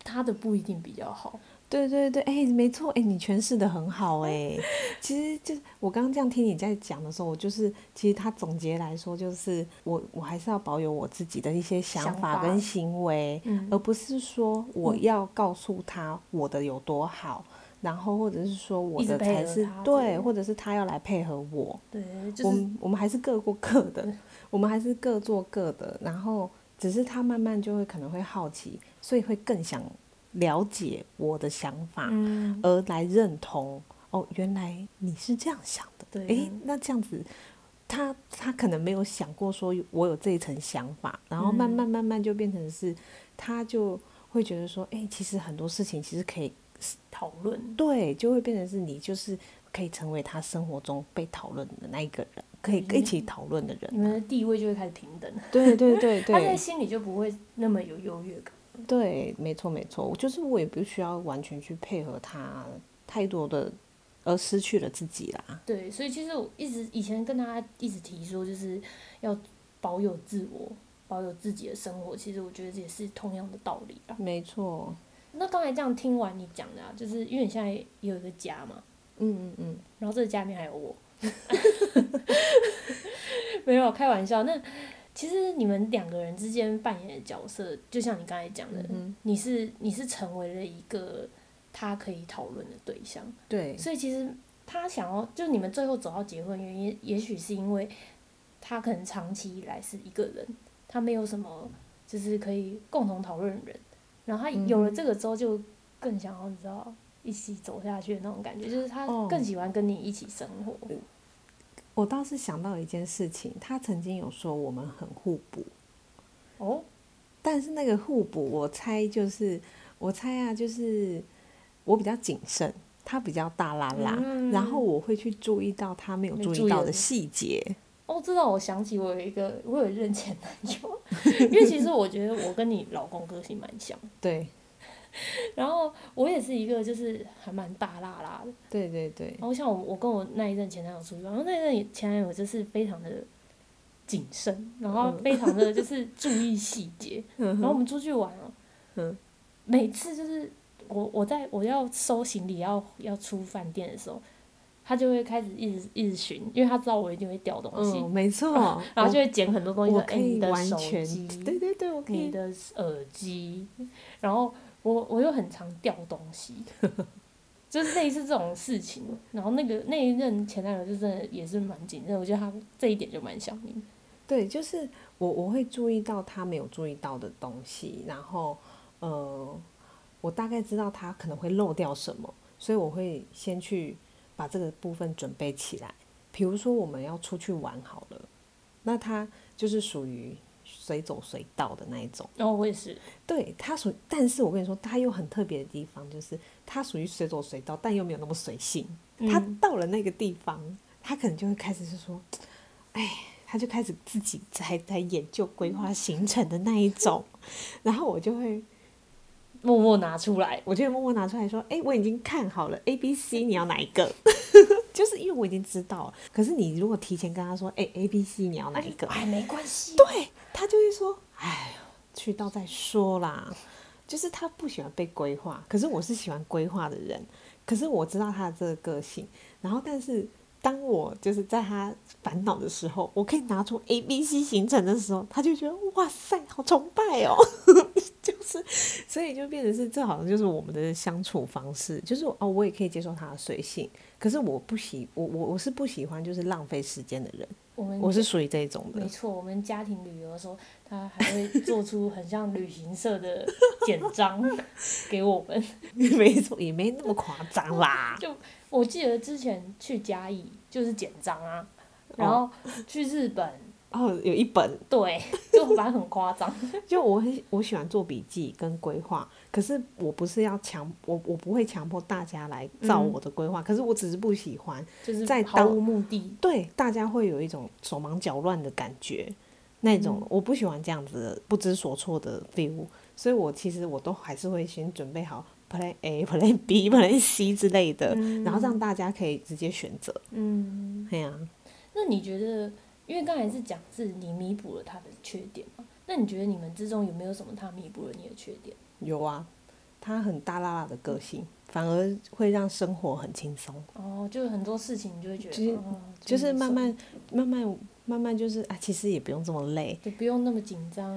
Speaker 1: 他的不一定比较好，
Speaker 2: 对对对，哎、没错，哎、你诠释的很好、哎，其实就是我刚刚这样听你在讲的时候，我就是其实他总结来说，就是我我还是要保有我自己的一些想
Speaker 1: 想
Speaker 2: 法
Speaker 1: 法
Speaker 2: 跟行为，
Speaker 1: 嗯
Speaker 2: 而不是说我要告诉他我的有多好，然后或者是说我
Speaker 1: 一直
Speaker 2: 的
Speaker 1: 配
Speaker 2: 才
Speaker 1: 合
Speaker 2: 是
Speaker 1: 他之类
Speaker 2: 对，
Speaker 1: 的
Speaker 2: 或者是他要来配合我，
Speaker 1: 对，
Speaker 2: 我
Speaker 1: 就是
Speaker 2: 们我们还是各过各的
Speaker 1: 对，
Speaker 2: 我们还是各做各的，然后只是他慢慢就会可能会好奇，所以会更想了解我的想法，
Speaker 1: 嗯，
Speaker 2: 而来认同哦，原来你是这样想的，
Speaker 1: 对啊
Speaker 2: 诶，那这样子。他他可能没有想过说我有这一层想法，然后慢
Speaker 1: 嗯
Speaker 2: 慢慢慢就变成是，他就会觉得说，诶，其实很多事情其实可以
Speaker 1: 讨论，
Speaker 2: 对，就会变成是你就是可以成为他生活中被讨论的那一个人，可以
Speaker 1: 对
Speaker 2: 一起讨论的
Speaker 1: 你
Speaker 2: 人。
Speaker 1: 们的地位就会开始平等，
Speaker 2: 嗯对对 对
Speaker 1: 他在
Speaker 2: 对
Speaker 1: 心里就不会那么有优越感。
Speaker 2: 对，没错没错，就是我也不需要完全去配合他太多的，而失去了自己啦。
Speaker 1: 对，所以其实我一直以前跟大家一直提说，就是要保有自我，保有自己的生活。其实我觉得这也是同样的道理啊啦。
Speaker 2: 没错，
Speaker 1: 那刚才这样听完你讲的、啊，就是因为你现在也有一个家嘛，
Speaker 2: 嗯嗯嗯，
Speaker 1: 然后这个家里面还有我， 没有开玩笑。那其实你们两个人之间扮演的角色，就像你刚才讲的，
Speaker 2: 嗯
Speaker 1: 你是你是成为了一个他可以讨论的对象。
Speaker 2: 对，
Speaker 1: 所以其实他想要，就你们最后走到结婚，原因也许是因为他可能长期以来是一个人，他没有什么就是可以共同讨论的人，然后他有了这个之后，就更想要你知道一起走下去的那种感觉，就是他
Speaker 2: 哦
Speaker 1: 更喜欢跟你一起生活。
Speaker 2: 我倒是想到一件事情，他曾经有说我们很互补，
Speaker 1: 哦，
Speaker 2: 但是那个互补，我猜就是，我猜啊，就是我比较谨慎，他比较大啦啦，
Speaker 1: 嗯
Speaker 2: 然后我会去注意到他没有
Speaker 1: 没
Speaker 2: 注
Speaker 1: 注
Speaker 2: 意
Speaker 1: 意
Speaker 2: 到
Speaker 1: 的
Speaker 2: 的
Speaker 1: 地
Speaker 2: 细节。
Speaker 1: 哦，这让我想起我有一个，我有一 任前男友，因为其实我觉得我跟你老公个性蛮像的。
Speaker 2: 对，
Speaker 1: 然后我也是一个就是还蛮大辣辣的，
Speaker 2: 对对对
Speaker 1: 然后像我我跟我那一任前男友出去玩，然后那一任前男友就是非常的谨慎，然后
Speaker 2: 嗯
Speaker 1: 非常的就是注意细节，
Speaker 2: 嗯
Speaker 1: 然后我们出去玩哦，
Speaker 2: 嗯
Speaker 1: 每次就是我我在我要收行李要要出饭店的时候，他就会开始一直一直寻，因为他知道我一定会掉东西，，
Speaker 2: 嗯，没错
Speaker 1: 然后就
Speaker 2: 我
Speaker 1: 会捡很多东西，
Speaker 2: 我
Speaker 1: 说哎
Speaker 2: 可以
Speaker 1: 你的
Speaker 2: 完
Speaker 1: 手
Speaker 2: 全
Speaker 1: 机，
Speaker 2: 对对对，我可
Speaker 1: 你
Speaker 2: 以，
Speaker 1: 的耳机，然后我我又很常掉东西， 就是类似这种事情。然后那个那一任前男友就真的也是蛮谨慎，我觉得他这一点就蛮像你。
Speaker 2: 对，就是我我会注意到他没有注意到的东西，然后呃，我大概知道他可能会漏掉什么，所以我会先去把这个部分准备起来。比如说我们要出去玩好了，那他就是属于随走随到的那一种。
Speaker 1: 然后我也是，
Speaker 2: 对他属，但是我跟你说，他又很特别的地方，就是他属于随走随到，但又没有那么随性。他
Speaker 1: 嗯
Speaker 2: 到了那个地方，他可能就会开始是说，哎，他就开始自己在在研究规划行程的那一种。然后我就会，
Speaker 1: 默默拿出来，
Speaker 2: 我就会默默拿出来说，哎，我已经看好了 A、B、C，你要哪一个？ 就是因为我已经知道了。可是你如果提前跟他说，哎，A、B、C，你要哪一个？
Speaker 1: 哎，没关系，
Speaker 2: 对他就会说：“哎呦，去到再说啦。”就是他不喜欢被规划，可是我是喜欢规划的人。可是我知道他的这个个性，然后但是当我就是在他烦恼的时候，我可以拿出 A、B、C 行程的时候，他就觉得哇塞，好崇拜哦。 就是，所以就变成是这好像就是我们的相处方式，就是哦，我也可以接受他的随性，可是我不喜我我我是不喜欢就是浪费时间的人，
Speaker 1: 我们
Speaker 2: 我是属于这一种的
Speaker 1: 没。错，我们家庭旅游的时候，他还会做出很像旅行社的简章给我们。
Speaker 2: 没错，也没那么夸张啦。
Speaker 1: 就我记得之前去嘉义就是简章啊，然后去日本，
Speaker 2: 哦，有一本，
Speaker 1: 对，就反正很夸张。
Speaker 2: 就我很我喜欢做笔记跟规划，可是我不是要强，我我不会强迫大家来照
Speaker 1: 嗯
Speaker 2: 我的规划，可是我只是不喜欢，
Speaker 1: 就是
Speaker 2: 在
Speaker 1: 毫
Speaker 2: 当
Speaker 1: 无目的。
Speaker 2: 对大家会有一种手忙脚乱的感觉，那种、我不喜欢这样子的不知所措的 feel，所以我其实我都还是会先准备好 plan A、plan B、plan C 之类的，然后让大家可以直接选择。
Speaker 1: 嗯，
Speaker 2: 哎呀、
Speaker 1: 那你觉得，因为刚才是讲是你弥补了他的缺点嘛？那你觉得你们之中有没有什么他弥补了你的缺点？
Speaker 2: 有啊，他很大啦啦的个性，反而会让生活很轻松，
Speaker 1: 哦，就很多事情你就会觉
Speaker 2: 就是
Speaker 1: 得，哦
Speaker 2: 就是
Speaker 1: 真的
Speaker 2: 慢慢慢慢慢慢就是啊，其实也不用这么累，
Speaker 1: 就不用那么紧张，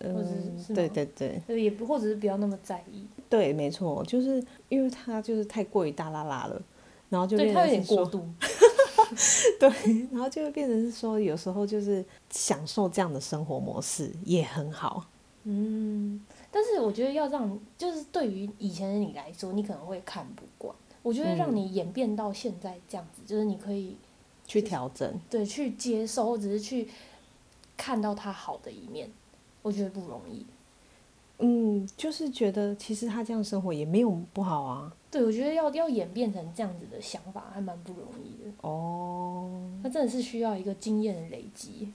Speaker 1: 或者
Speaker 2: 嗯
Speaker 1: 是，
Speaker 2: 对
Speaker 1: 吗
Speaker 2: 对对
Speaker 1: 呃也不或者是不要那么在意，
Speaker 2: 对，没错，就是因为他就是太过于大啦啦了。然后就
Speaker 1: 对
Speaker 2: 变
Speaker 1: 他有
Speaker 2: 成
Speaker 1: 点
Speaker 2: 是
Speaker 1: 过
Speaker 2: 说，
Speaker 1: 度。
Speaker 2: 对，然后就会变成是说，有时候就是享受这样的生活模式也很好。
Speaker 1: 嗯，但是我觉得要让，就是对于以前的你来说，你可能会看不惯。我觉得让
Speaker 2: 嗯
Speaker 1: 你演变到现在这样子，就是你可以
Speaker 2: 去调整，
Speaker 1: 对，去接受，或者是去看到他好的一面，我觉得不容易。
Speaker 2: 嗯，就是觉得其实他这样生活也没有不好啊。
Speaker 1: 对，我觉得要要演变成这样子的想法，还蛮不容易的。
Speaker 2: 哦，
Speaker 1: 他真的是需要一个经验的累积。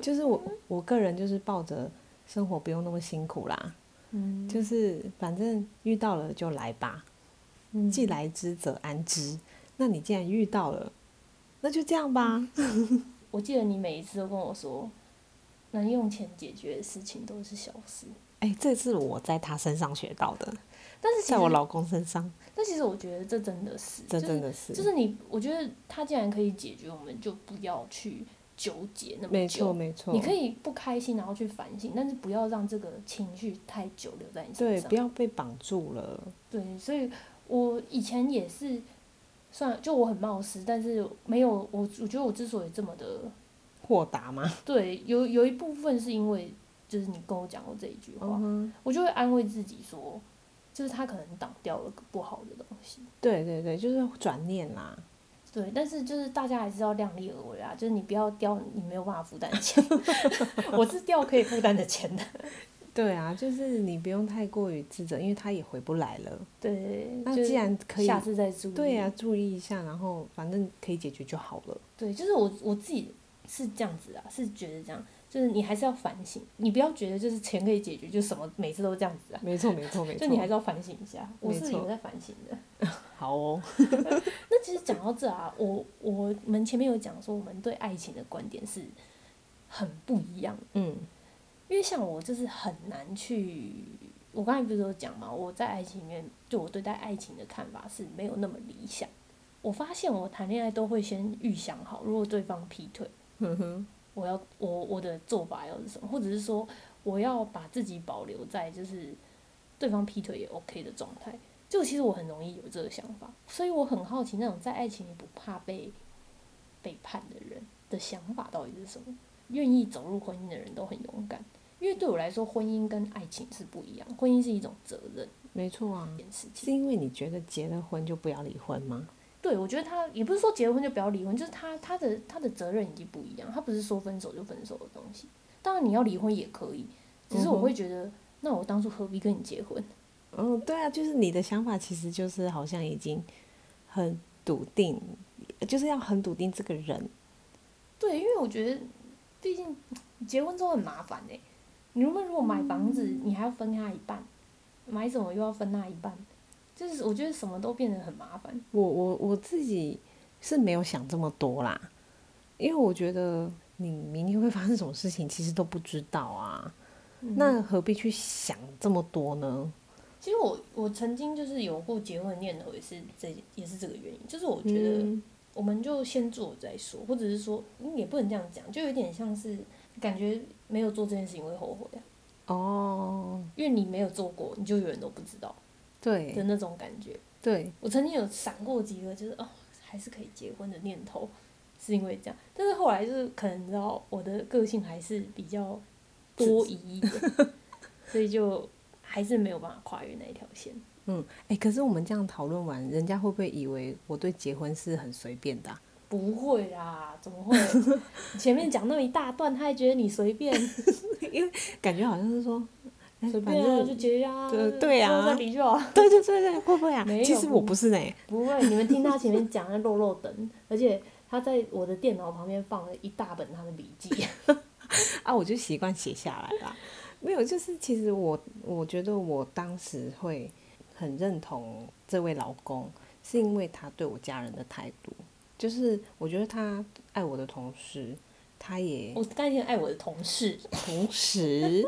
Speaker 2: 就是我我个人就是抱着生活不用那么辛苦啦，
Speaker 1: 嗯
Speaker 2: 就是反正遇到了就来吧，嗯
Speaker 1: 嗯
Speaker 2: 既来之则安之。那你既然遇到了，那就这样吧。
Speaker 1: 嗯我记得你每一次都跟我说，能用钱解决的事情都是小事。
Speaker 2: 哎、这是我在他身上学到的，
Speaker 1: 但是其
Speaker 2: 在我
Speaker 1: 实，
Speaker 2: 老公身上，
Speaker 1: 但其实我觉得这真的是，
Speaker 2: 这真
Speaker 1: 的
Speaker 2: 的是，
Speaker 1: 就是你，我觉得他既然可以解决，我们就不要去纠结那么久。
Speaker 2: 没错没错。
Speaker 1: 你可以不开心，然后去反省，但是不要让这个情绪太久留在你身
Speaker 2: 对，
Speaker 1: 上。
Speaker 2: 不要被绑住了。
Speaker 1: 对，所以我以前也是，算就我很冒失，但是没有我，我觉得我之所以这么的，
Speaker 2: 豁达吗？
Speaker 1: 对，有有一部分是因为就是你跟我讲过这一句话，
Speaker 2: 嗯哼，
Speaker 1: 我就会安慰自己说，就是他可能挡掉了个不好的东西。
Speaker 2: 对对对，就是转念啦。
Speaker 1: 对，但是就是大家还是要量力而为啊，就是你不要掉你没有办法负担的钱， 我是掉可以负担的钱的。
Speaker 2: 对啊，就是你不用太过于自责，因为他也回不来了。
Speaker 1: 对，
Speaker 2: 那
Speaker 1: 就是
Speaker 2: 既然可以
Speaker 1: 下次再注意。
Speaker 2: 对呀、注意一下，然后反正可以解决就好了。
Speaker 1: 对，就是我我自己是这样子啊，是觉得这样。就是你还是要反省，你不要觉得就是钱可以解决，就什么每次都这样子啊，
Speaker 2: 没错没错没
Speaker 1: 就
Speaker 2: 错，
Speaker 1: 你还是要反省一下。我
Speaker 2: 没
Speaker 1: 是
Speaker 2: 错
Speaker 1: 有在反省的。
Speaker 2: 好哦，
Speaker 1: 那其实讲到这啊，我我们前面有讲说，我们对爱情的观点是很不一样的，
Speaker 2: 嗯
Speaker 1: 因为像我就是很难去，我刚才不是有讲嘛，我在爱情里面，就我对待爱情的看法是没有那么理想。我发现我谈恋爱都会先预想好，如果对方劈腿，
Speaker 2: 哼嗯哼，
Speaker 1: 我要我我的做法要是什么，或者是说我要把自己保留在就是对方劈腿也 OK 的状态。就其实我很容易有这个想法，所以我很好奇那种在爱情里不怕被背叛的人的想法到底是什么？愿意走入婚姻的人都很勇敢，因为对我来说，婚姻跟爱情是不一样，婚姻是一种责任
Speaker 2: 没错啊
Speaker 1: 这。件事情。
Speaker 2: 是因为你觉得结了婚就不要离婚吗？
Speaker 1: 对，我觉得他也不是说结婚就不要离婚，就是他他的他的责任已经不一样，他不是说分手就分手的东西。当然你要离婚也可以，只是
Speaker 2: 嗯
Speaker 1: 我
Speaker 2: 哼
Speaker 1: 会觉得，那我当初何必跟你结婚？
Speaker 2: 嗯，对啊，就是你的想法其实就是好像已经很笃定，就是要很笃定这个人。
Speaker 1: 对，因为我觉得，毕竟结婚之后很麻烦哎、你如果如果买房子，
Speaker 2: 嗯
Speaker 1: 你还要分他一半，买什么又要分他一半，就是我觉得什么都变得很麻烦。
Speaker 2: 我我我自己是没有想这么多啦，因为我觉得你明天会发生什么事情其实都不知道啊，
Speaker 1: 嗯
Speaker 2: 那何必去想这么多呢？
Speaker 1: 其实我我曾经就是有过结婚的念头，也是这也是这个原因，就是我觉得。
Speaker 2: 嗯
Speaker 1: 我们就先做再说，或者是说，嗯也不能这样讲，就有点像是感觉没有做这件事情会后悔啊，
Speaker 2: 哦，
Speaker 1: 因为你没有做过，你就永远都不知道的
Speaker 2: 对
Speaker 1: 那种感觉。
Speaker 2: 对，
Speaker 1: 我曾经有闪过几个，就是哦，还是可以结婚的念头，是因为这样，但是后来就是可能你知道我的个性还是比较多疑一点，所以就还是没有办法跨越那一条线。
Speaker 2: 哎，可是我们这样讨论完，人家会不会以为我对结婚是很随便的啊、
Speaker 1: 不会啦，怎么会？ 你前面讲那么一大段，他还觉得你随便。
Speaker 2: 感觉好像是说，哎
Speaker 1: 随
Speaker 2: 反
Speaker 1: 便啊，就
Speaker 2: 正
Speaker 1: 结呀、啊，
Speaker 2: 对对啊
Speaker 1: 之后再离就好。
Speaker 2: 对对对对，会不会啊
Speaker 1: 没？有
Speaker 2: 其实我不是呢，
Speaker 1: 不会，你们听他前面讲的肉肉等，而且他在我的电脑旁边放了一大本他的笔记。
Speaker 2: 啊，我就习惯写下来啦。没有，就是其实我我觉得我当时会很认同这位老公，是因为他对我家人的态度，就是我觉得他爱我的同时，他也
Speaker 1: 我刚才爱我的同事，
Speaker 2: 同时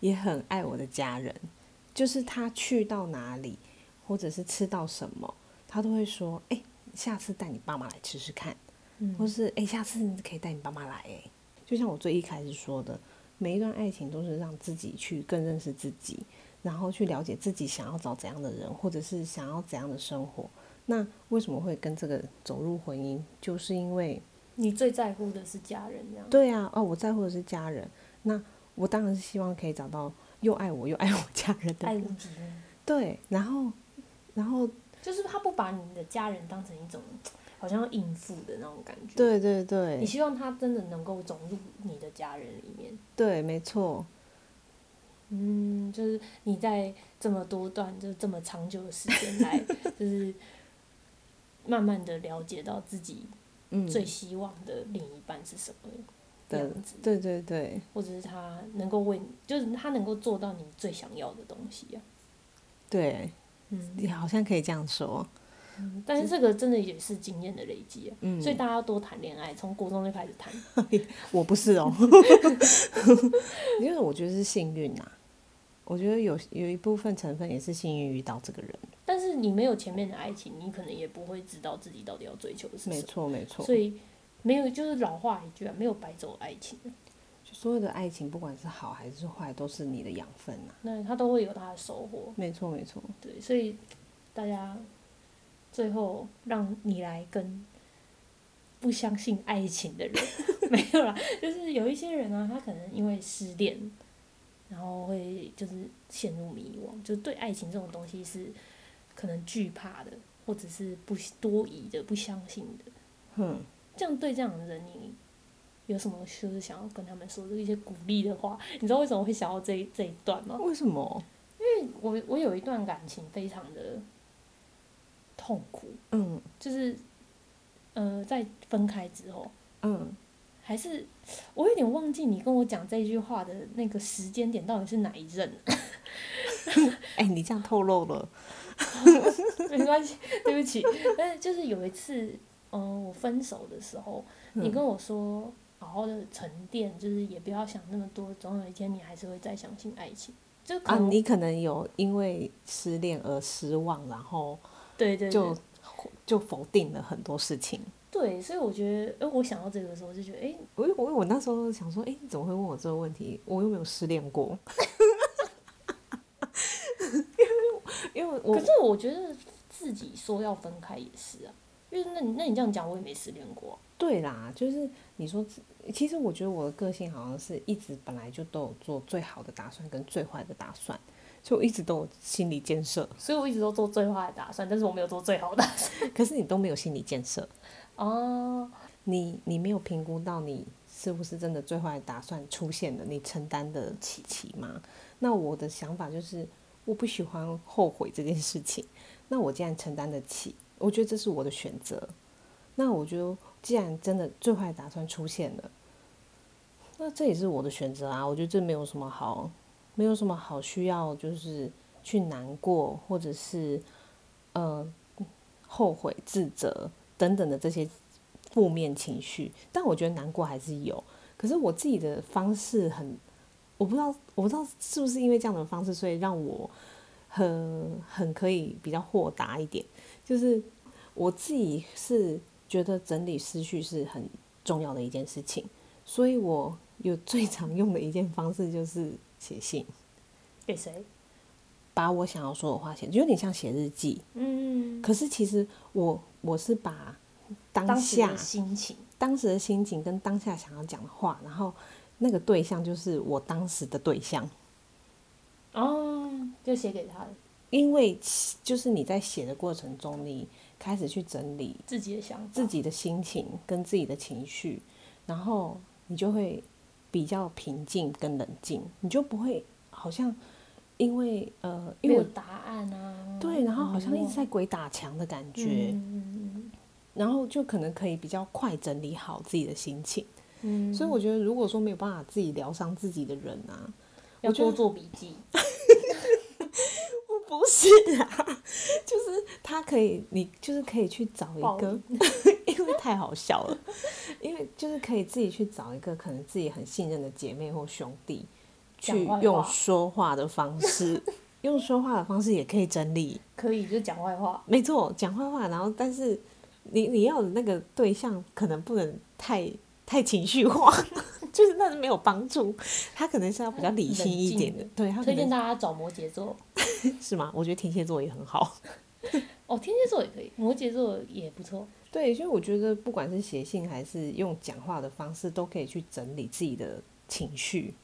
Speaker 2: 也很爱我的家人，就是他去到哪里，或者是吃到什么，他都会说：“哎、下次带你爸妈来吃吃看。”或
Speaker 1: 嗯，
Speaker 2: 是哎、欸下次你可以带你爸妈来哎、就像我最一开始说的，每一段爱情都是让自己去更认识自己，然后去了解自己想要找怎样的人，或者是想要怎样的生活。那为什么会跟这个走入婚姻？就是因为
Speaker 1: 你最在乎的是家人，这样。
Speaker 2: 对啊，哦，我在乎的是家人，那我当然是希望可以找到又爱我又爱我家人的
Speaker 1: 爱
Speaker 2: 人
Speaker 1: 屋及乌，
Speaker 2: 对，然后，然后
Speaker 1: 就是他不把你的家人当成一种好像要应付的那种感觉。，
Speaker 2: 对对对，
Speaker 1: 你希望他真的能够融入你的家人里面。
Speaker 2: 对，没错，
Speaker 1: 嗯，就是你在这么多段，就是这么长久的时间来， 就是慢慢的了解到自己
Speaker 2: 嗯，
Speaker 1: 最希望的另一半是什么
Speaker 2: 对
Speaker 1: 样子，
Speaker 2: 对对对，
Speaker 1: 或者是他能够为你，就是他能够做到你最想要的东西啊。
Speaker 2: 对，
Speaker 1: 嗯，
Speaker 2: 你好像可以这样说，
Speaker 1: 但是这个真的也是经验的累积啊，
Speaker 2: 嗯，
Speaker 1: 所以大家要多谈恋爱，从国中就开始谈。
Speaker 2: 我不是 哦，因为我觉得是幸运呐、我觉得有有一部分成分也是幸运遇到这个人，
Speaker 1: 但是你没有前面的爱情，你可能也不会知道自己到底要追求的是
Speaker 2: 没
Speaker 1: 什
Speaker 2: 错没
Speaker 1: 么，
Speaker 2: 错，
Speaker 1: 所以没有就是老话一句啊，没有白走爱情啊。
Speaker 2: 就所有的爱情不管是好还是坏，都是你的养分呐、
Speaker 1: 那他都会有他的收获，
Speaker 2: 没错没错，
Speaker 1: 对，所以大家最后让你来跟不相信爱情的人， 没有啦，就是有一些人啊，他可能因为失恋，然后会就是陷入迷惘，就对爱情这种东西是可能惧怕的，或者是不多疑的、不相信的。
Speaker 2: 哼，
Speaker 1: 这样对这样的人，你有什么就是想要跟他们说的一些鼓励的话？你知道为什么会想要这一这一段吗？
Speaker 2: 为什么？
Speaker 1: 我我有一段感情非常的痛苦，
Speaker 2: 嗯
Speaker 1: 就是呃，在分开之后，
Speaker 2: 嗯，
Speaker 1: 还是我有点忘记你跟我讲这句话的那个时间点到底是哪一任，
Speaker 2: 哎、你这样透露了，
Speaker 1: 没关系，对不起。但是就是有一次，嗯，我分手的时候，你
Speaker 2: 嗯
Speaker 1: 跟我说好好的沉淀，就是也不要想那么多，总有一天你还是会再相信爱情。就可
Speaker 2: 啊，
Speaker 1: 能、
Speaker 2: 你可能有因为失恋而失望，然后
Speaker 1: 对对对
Speaker 2: 就就否定了很多事情。
Speaker 1: 对，所以我觉得，哎、我想到这个的时候就觉得，哎、
Speaker 2: 我我我那时候想说，哎、你怎么会问我这个问题？我又没有失恋过。 因为我因
Speaker 1: 可
Speaker 2: 为
Speaker 1: 是我觉得自己说要分开也是啊，因为那你那你这样讲，我也没失恋过啊、
Speaker 2: 我对啦，就是你说自，其实我觉得我的个性好像是一直本来就都有做最好的打算跟最坏的打算，所以我一直都有心理建设。
Speaker 1: 所以我一直都做最坏的打算，但是我没有做最好的打算。
Speaker 2: 可是你都没有心理建设，
Speaker 1: 哦，
Speaker 2: 你你没有评估到你是不是真的最坏的打算出现了，你承担得起起吗？那我的想法就是，我不喜欢后悔这件事情。那我既然承担得起，我觉得这是我的选择。那我就既然真的最坏的打算出现了，那这也是我的选择啊。我觉得这没有什么好，没有什么好需要就是去难过或者是呃后悔、自责等等的这些负面情绪，但我觉得难过还是有。可是我自己的方式很，我不知道，我不知道是不是因为这样的方式，所以让我很很可以比较豁达一点。就是我自己是觉得整理思绪是很重要的一件事情，所以我有最常用的一件方式就是写信，
Speaker 1: 给谁？
Speaker 2: 把我想要说的话写，就有点像写日记。
Speaker 1: 嗯，
Speaker 2: 可是其实我我是把当
Speaker 1: 当时
Speaker 2: 下
Speaker 1: 的心情。
Speaker 2: 当时的心情跟当下想要讲的话，然后那个对象就是我当时的对象，
Speaker 1: 哦，就写给他
Speaker 2: 因为其就是你在写的过程中，你开始去整理
Speaker 1: 自己的想法。
Speaker 2: 自己的心情跟自己的情绪，然后你就会比较平静跟冷静，你就不会好像因为呃，因
Speaker 1: 没
Speaker 2: 为
Speaker 1: 有
Speaker 2: 我
Speaker 1: 答案啊。
Speaker 2: 对，然后好像一直
Speaker 1: 很
Speaker 2: 在鬼打墙的感
Speaker 1: 迷惘
Speaker 2: 觉，
Speaker 1: 嗯
Speaker 2: 然后就可能可以比较快整理好自己的心情。
Speaker 1: 嗯，
Speaker 2: 所以我觉得，如果说没有办法自己疗伤自己的人啊，
Speaker 1: 要
Speaker 2: 我觉
Speaker 1: 多
Speaker 2: 得
Speaker 1: 做笔记。
Speaker 2: 不是啊， 就是他可以，你就是可以去找一
Speaker 1: 报
Speaker 2: 个， 因为太好笑了，因为就是可以自己去找一个可能自己很信任的姐妹或兄弟，
Speaker 1: 讲
Speaker 2: 去
Speaker 1: 坏话
Speaker 2: 用说话的方式， 用说话的方式也可以整理，
Speaker 1: 可以就讲坏话，
Speaker 2: 没错，讲坏话，然后但是你你要的那个对象可能不能太太情绪化， 就是那是没有帮助，他可能是要比较理
Speaker 1: 冷
Speaker 2: 性一
Speaker 1: 静
Speaker 2: 点
Speaker 1: 的
Speaker 2: 的，对他可
Speaker 1: 推荐
Speaker 2: 能
Speaker 1: 大家找摩羯座。
Speaker 2: 是吗？我觉得天蝎座也很好。
Speaker 1: 哦，天蝎座也可以，摩羯座也不错。
Speaker 2: 对，所以我觉得不管是写信还是用讲话的方式，都可以去整理自己的情绪。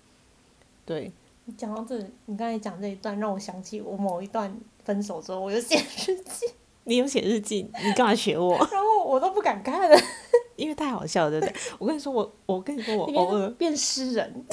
Speaker 2: 对，
Speaker 1: 你讲到这，你刚才讲这一段，让我想起我某一段分手之后，我就写日记，
Speaker 2: 你有写日记，你干嘛学我？
Speaker 1: 然后我都不敢看了，
Speaker 2: 因为太好笑了，对不 对？我跟你说，我我跟你说，我
Speaker 1: 里
Speaker 2: 偶尔
Speaker 1: 面，变诗人。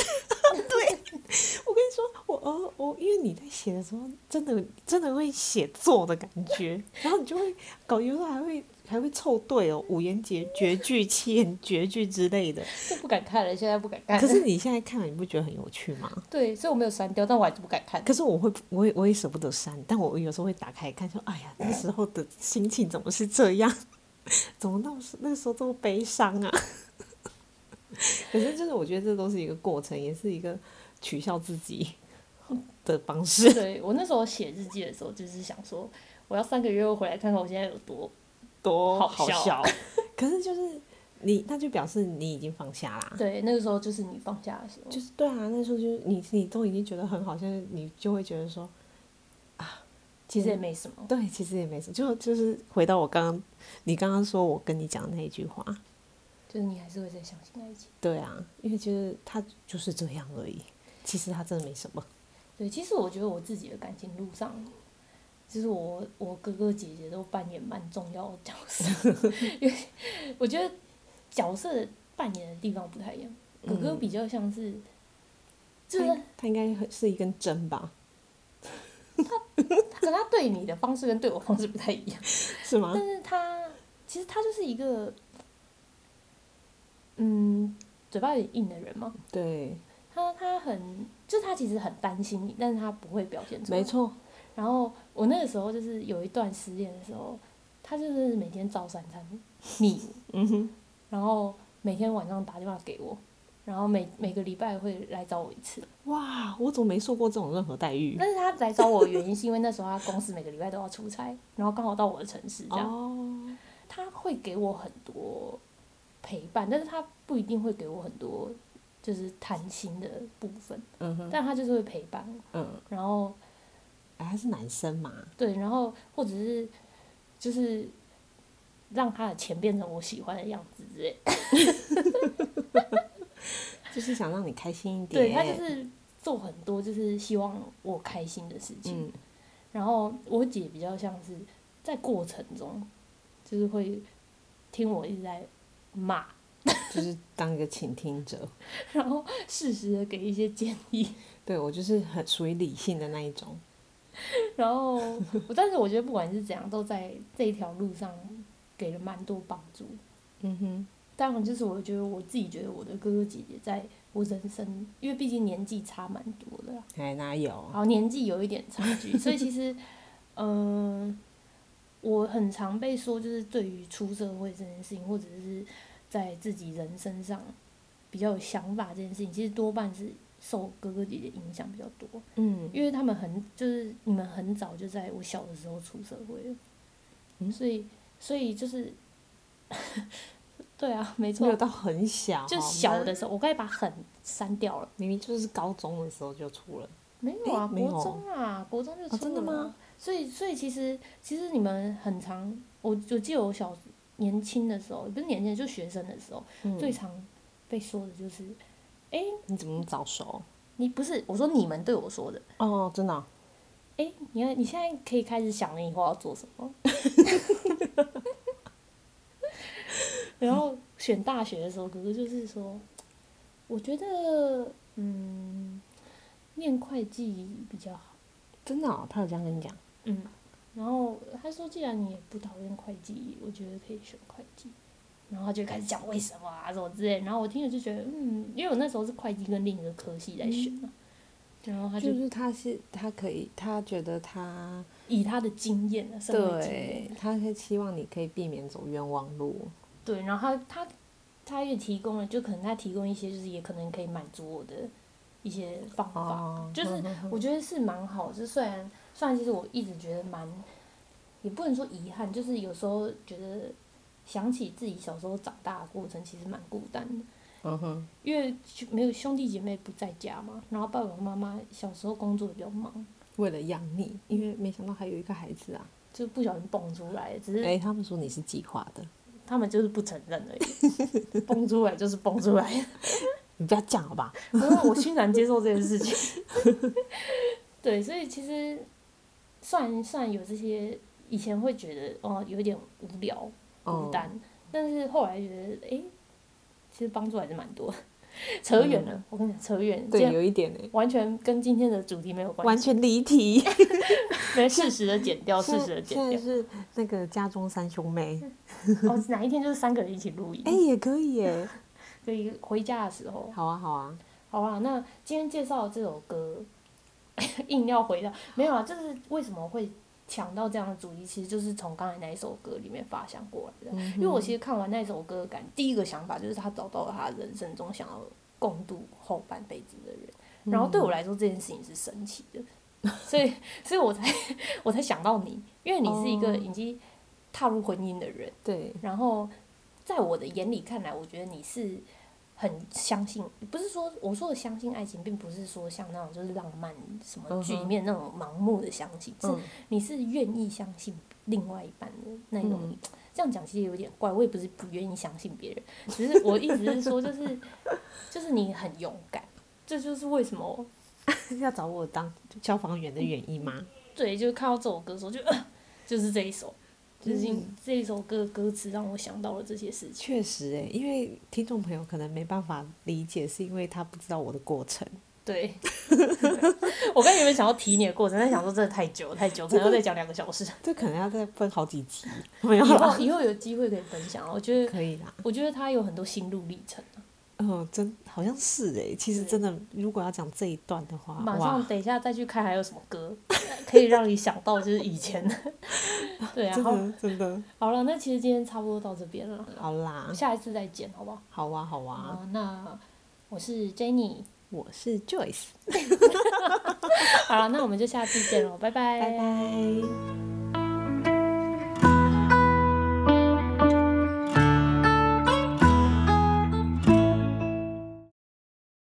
Speaker 2: 我跟你说，我偶尔，我因为你在写的时候，真的真的会写作的感觉，然后你就会搞，有时候还会还会凑对哦，五言绝绝句、七言绝句之类 的。
Speaker 1: 就不敢看了，现在不敢看了。
Speaker 2: 可是你现在看了，你不觉得很有趣吗？
Speaker 1: 对，所以我没有删掉，但我还是不敢看。
Speaker 2: 可是我会，我也我也舍不得删，但我有时候会打开看，说：“哎呀，那时候的心情怎么是这样？ 怎么那时那个时候这么悲伤啊？” 可是就是我觉得这都是一个过程，也是一个取笑自己的方式。
Speaker 1: 对我那时候写日记的时候，就是想说，我要三个月后回来看看我现在有多
Speaker 2: 多
Speaker 1: 好笑
Speaker 2: 笑！ 可是就是你，那就表示你已经放下啦。
Speaker 1: 对。那个时候就是你放假的时候，
Speaker 2: 就是对啊，那时候就是你你都已经觉得很好，现在你就会觉得说
Speaker 1: 其
Speaker 2: 嗯
Speaker 1: 实也没什么。
Speaker 2: 对，其实也没什么，就就是回到我刚刚你刚刚说我跟你讲的那一句话，
Speaker 1: 就是你还是会再相信爱情。
Speaker 2: 对啊，因为就是他就是这样而已，其实他真的没什么。
Speaker 1: 对，其实我觉得我自己的感情路上，就是我我哥哥姐姐都扮演蛮重要的角色， 因为我觉得角色扮演的地方不太一样。哥哥
Speaker 2: 嗯
Speaker 1: 比较像是，就是
Speaker 2: 他他应该是一根针吧？
Speaker 1: 可他对你的方式跟对我方式不太一样。
Speaker 2: 是吗
Speaker 1: 但？是他其实他就是一个，嗯，嘴巴有点硬的人
Speaker 2: 嗯
Speaker 1: 嘛，
Speaker 2: 对，
Speaker 1: 他他很，就他其实很担心你，但是他不会表现出来。
Speaker 2: 没错，
Speaker 1: 然后我那个时候就是有一段失恋的时候，他就是每天照三餐密我，
Speaker 2: 嗯哼，
Speaker 1: 然后每天晚上打电话给我，然后每每个礼拜会来找我一次。
Speaker 2: 哇，我怎么没受过这种任何待遇？
Speaker 1: 但是他来找我的原因是因为那时候他公司每个礼拜都要出差，然后刚好到我的城市这样，
Speaker 2: 哦，
Speaker 1: 他会给我很多陪伴，但是他不一定会给我很多就是谈心的部分，
Speaker 2: 嗯哼，
Speaker 1: 但他就是会陪伴我，
Speaker 2: 嗯，
Speaker 1: 然后
Speaker 2: 哎，他是男生嘛，
Speaker 1: 对，然后或者是就是让他的钱变成我喜欢的样子之类的，
Speaker 2: 就是想让你开心一点，
Speaker 1: 对他就是做很多就是希望我开心的事情，
Speaker 2: 嗯，
Speaker 1: 然后我姐比较像是在过程中，就是会听我一直在骂，
Speaker 2: 就是当一个倾听者。
Speaker 1: 然后 适时的给一些建议，
Speaker 2: 对我就是很属于理性的那一种，
Speaker 1: 然后我但是我觉得不管是怎样，都在这一条路上给了蛮多帮助。
Speaker 2: 嗯哼，
Speaker 1: 当然，就是我觉得我自己觉得我的哥哥姐姐在我人生，因为毕竟年纪差蛮多的啦，
Speaker 2: 哎，哪有？
Speaker 1: 好，年纪有一点差距，所以其实，嗯、我很常被说，就是对于出社会这件事情，或者是在自己人生上比较有想法这件事情，其实多半是受哥哥姐姐影响比较多，
Speaker 2: 嗯，
Speaker 1: 因为他们很就是你们很早就在我小的时候出社会了，
Speaker 2: 嗯
Speaker 1: 所以所以就是， 对啊，没
Speaker 2: 没有
Speaker 1: 错，
Speaker 2: 到很小，
Speaker 1: 就
Speaker 2: 好吗
Speaker 1: 小的时候，哦我该把很删掉了。
Speaker 2: 明明就是高中的时候就出了，
Speaker 1: 没有啊，
Speaker 2: 诶没有
Speaker 1: 国中啊，国中就出了、啊
Speaker 2: 哦真的吗？
Speaker 1: 所以，所以其实其实你们很常，我我记得我小年轻的时候，也不是年轻，就学生的时候，
Speaker 2: 嗯
Speaker 1: 最常被说的就是，哎、
Speaker 2: 你怎么那么早熟？
Speaker 1: 你不是我说你们对我说的，
Speaker 2: 哦，真的哦、
Speaker 1: 哎、你要你现在可以开始想你以后要做什么。然后选大学的时候，哥哥就是说，我觉得嗯，念会计比较好。
Speaker 2: 真的、哦，他有这样跟你讲，
Speaker 1: 嗯，然后他说，既然你也不讨厌会计，我觉得可以选会计。然后他就开始讲为什么啊什么之类，然后我听了就觉得，嗯，因为我那时候是会计跟另一个科系在选嘛，然后他就
Speaker 2: 就是他是他可以，他觉得他
Speaker 1: 以他的经验啊，社会经验，
Speaker 2: 对，他会希望你可以避免走冤枉路，
Speaker 1: 对，然后他他他也提供了，就可能他提供一些，就是也可能可以满足我的一些方法，
Speaker 2: 哦，
Speaker 1: 就是
Speaker 2: 嗯哼
Speaker 1: 我觉得是蛮好，就是虽然虽然其实我一直觉得蛮，也不能说遗憾，就是有时候觉得想起自己小时候长大的过程，其实蛮孤单的，
Speaker 2: 嗯哼，
Speaker 1: 因为就没有兄弟姐妹不在家嘛，然后爸爸妈妈小时候工作也比较忙，
Speaker 2: 为了养你，因为没想到还有一个孩子啊，
Speaker 1: 就不小心蹦出来，只
Speaker 2: 哎、
Speaker 1: 是
Speaker 2: 他们说你是计划的，
Speaker 1: 他们就是不承认而已，蹦出来就是蹦出来，
Speaker 2: 你不要讲好吧？
Speaker 1: 然后我欣然接受这件事情。 对，所以其实算算有这些，以前会觉得哦有一点无聊孤
Speaker 2: 哦
Speaker 1: 单，但是后来觉得诶，其实帮助还是蛮多的。扯远了，我跟你讲，扯远，这
Speaker 2: 对，
Speaker 1: 样
Speaker 2: 有一点哎，
Speaker 1: 完全跟今天的主题没有关
Speaker 2: 完
Speaker 1: 系，
Speaker 2: 全离题。
Speaker 1: 没适时的剪 掉，适
Speaker 2: 现
Speaker 1: 时的
Speaker 2: 在
Speaker 1: 剪
Speaker 2: 现在
Speaker 1: 掉。
Speaker 2: 是那个家中三兄妹，
Speaker 1: 哦，哪一天就是三个人一起录音
Speaker 2: 哎、，也可以 耶。
Speaker 1: 所以回家的时候，
Speaker 2: 好啊，好啊，
Speaker 1: 好啦，那今天介绍的这首歌， 硬要回到没有啊，就是为什么会抢到这样的主题，其实就是从刚才那一首歌里面发想过来的。
Speaker 2: 嗯
Speaker 1: 因为我其实看完那首歌的感，第一个想法就是他找到了他人生中想要共度后半辈子的人，然后对我来说这件事情是神奇的， 所以所以我才 我才想到你，因为你是一个
Speaker 2: 哦
Speaker 1: 已经踏入婚姻的人，
Speaker 2: 对，
Speaker 1: 然后在我的眼里看来，我觉得你是很相信，不是说我说的相信爱情，并不是说像那种就是浪漫什么剧里面那种盲目的相信，
Speaker 2: 嗯
Speaker 1: 是你是愿意相信另外一半的那种。
Speaker 2: 嗯
Speaker 1: 这样讲其实有点怪，我也不是不愿意相信别人，只是我一直是说，就是就是你很勇敢，这就是为什么
Speaker 2: 要找我当消防员的原因吗？
Speaker 1: 对，就看到这首歌的时候就、 呃就是这一首。就是
Speaker 2: 嗯
Speaker 1: 这一首歌的歌词让我想到了这些事情。
Speaker 2: 确实哎，因为听众朋友可能没办法理解，是因为他不知道我的过程。
Speaker 1: 对， 我刚原本想要提你的过程，但想说真的太久了太久，可能要再讲两个小时。
Speaker 2: 这可能要再分好几集，没
Speaker 1: 以
Speaker 2: 有啦，
Speaker 1: 后以后有机会可以分享啊，我觉得
Speaker 2: 可以啦。
Speaker 1: 我觉得他有很多心路历程啊
Speaker 2: 嗯，真好像是哎、其实
Speaker 1: 对
Speaker 2: 真的，如果要讲这一段的话，
Speaker 1: 马
Speaker 2: 哇
Speaker 1: 上，等一下再去看还有什么歌 可以让你想到就是以 前的。对啊，
Speaker 2: 真
Speaker 1: 好，
Speaker 2: 的真的，
Speaker 1: 好了，那其实今天差不多到这边了，
Speaker 2: 好啦，
Speaker 1: 下一次再见，好不好？
Speaker 2: 好啊好啊，
Speaker 1: 好，那我是 Jenny，
Speaker 2: 我是 Joyce，
Speaker 1: 好了，那我们就下次见喽，拜拜
Speaker 2: 拜拜。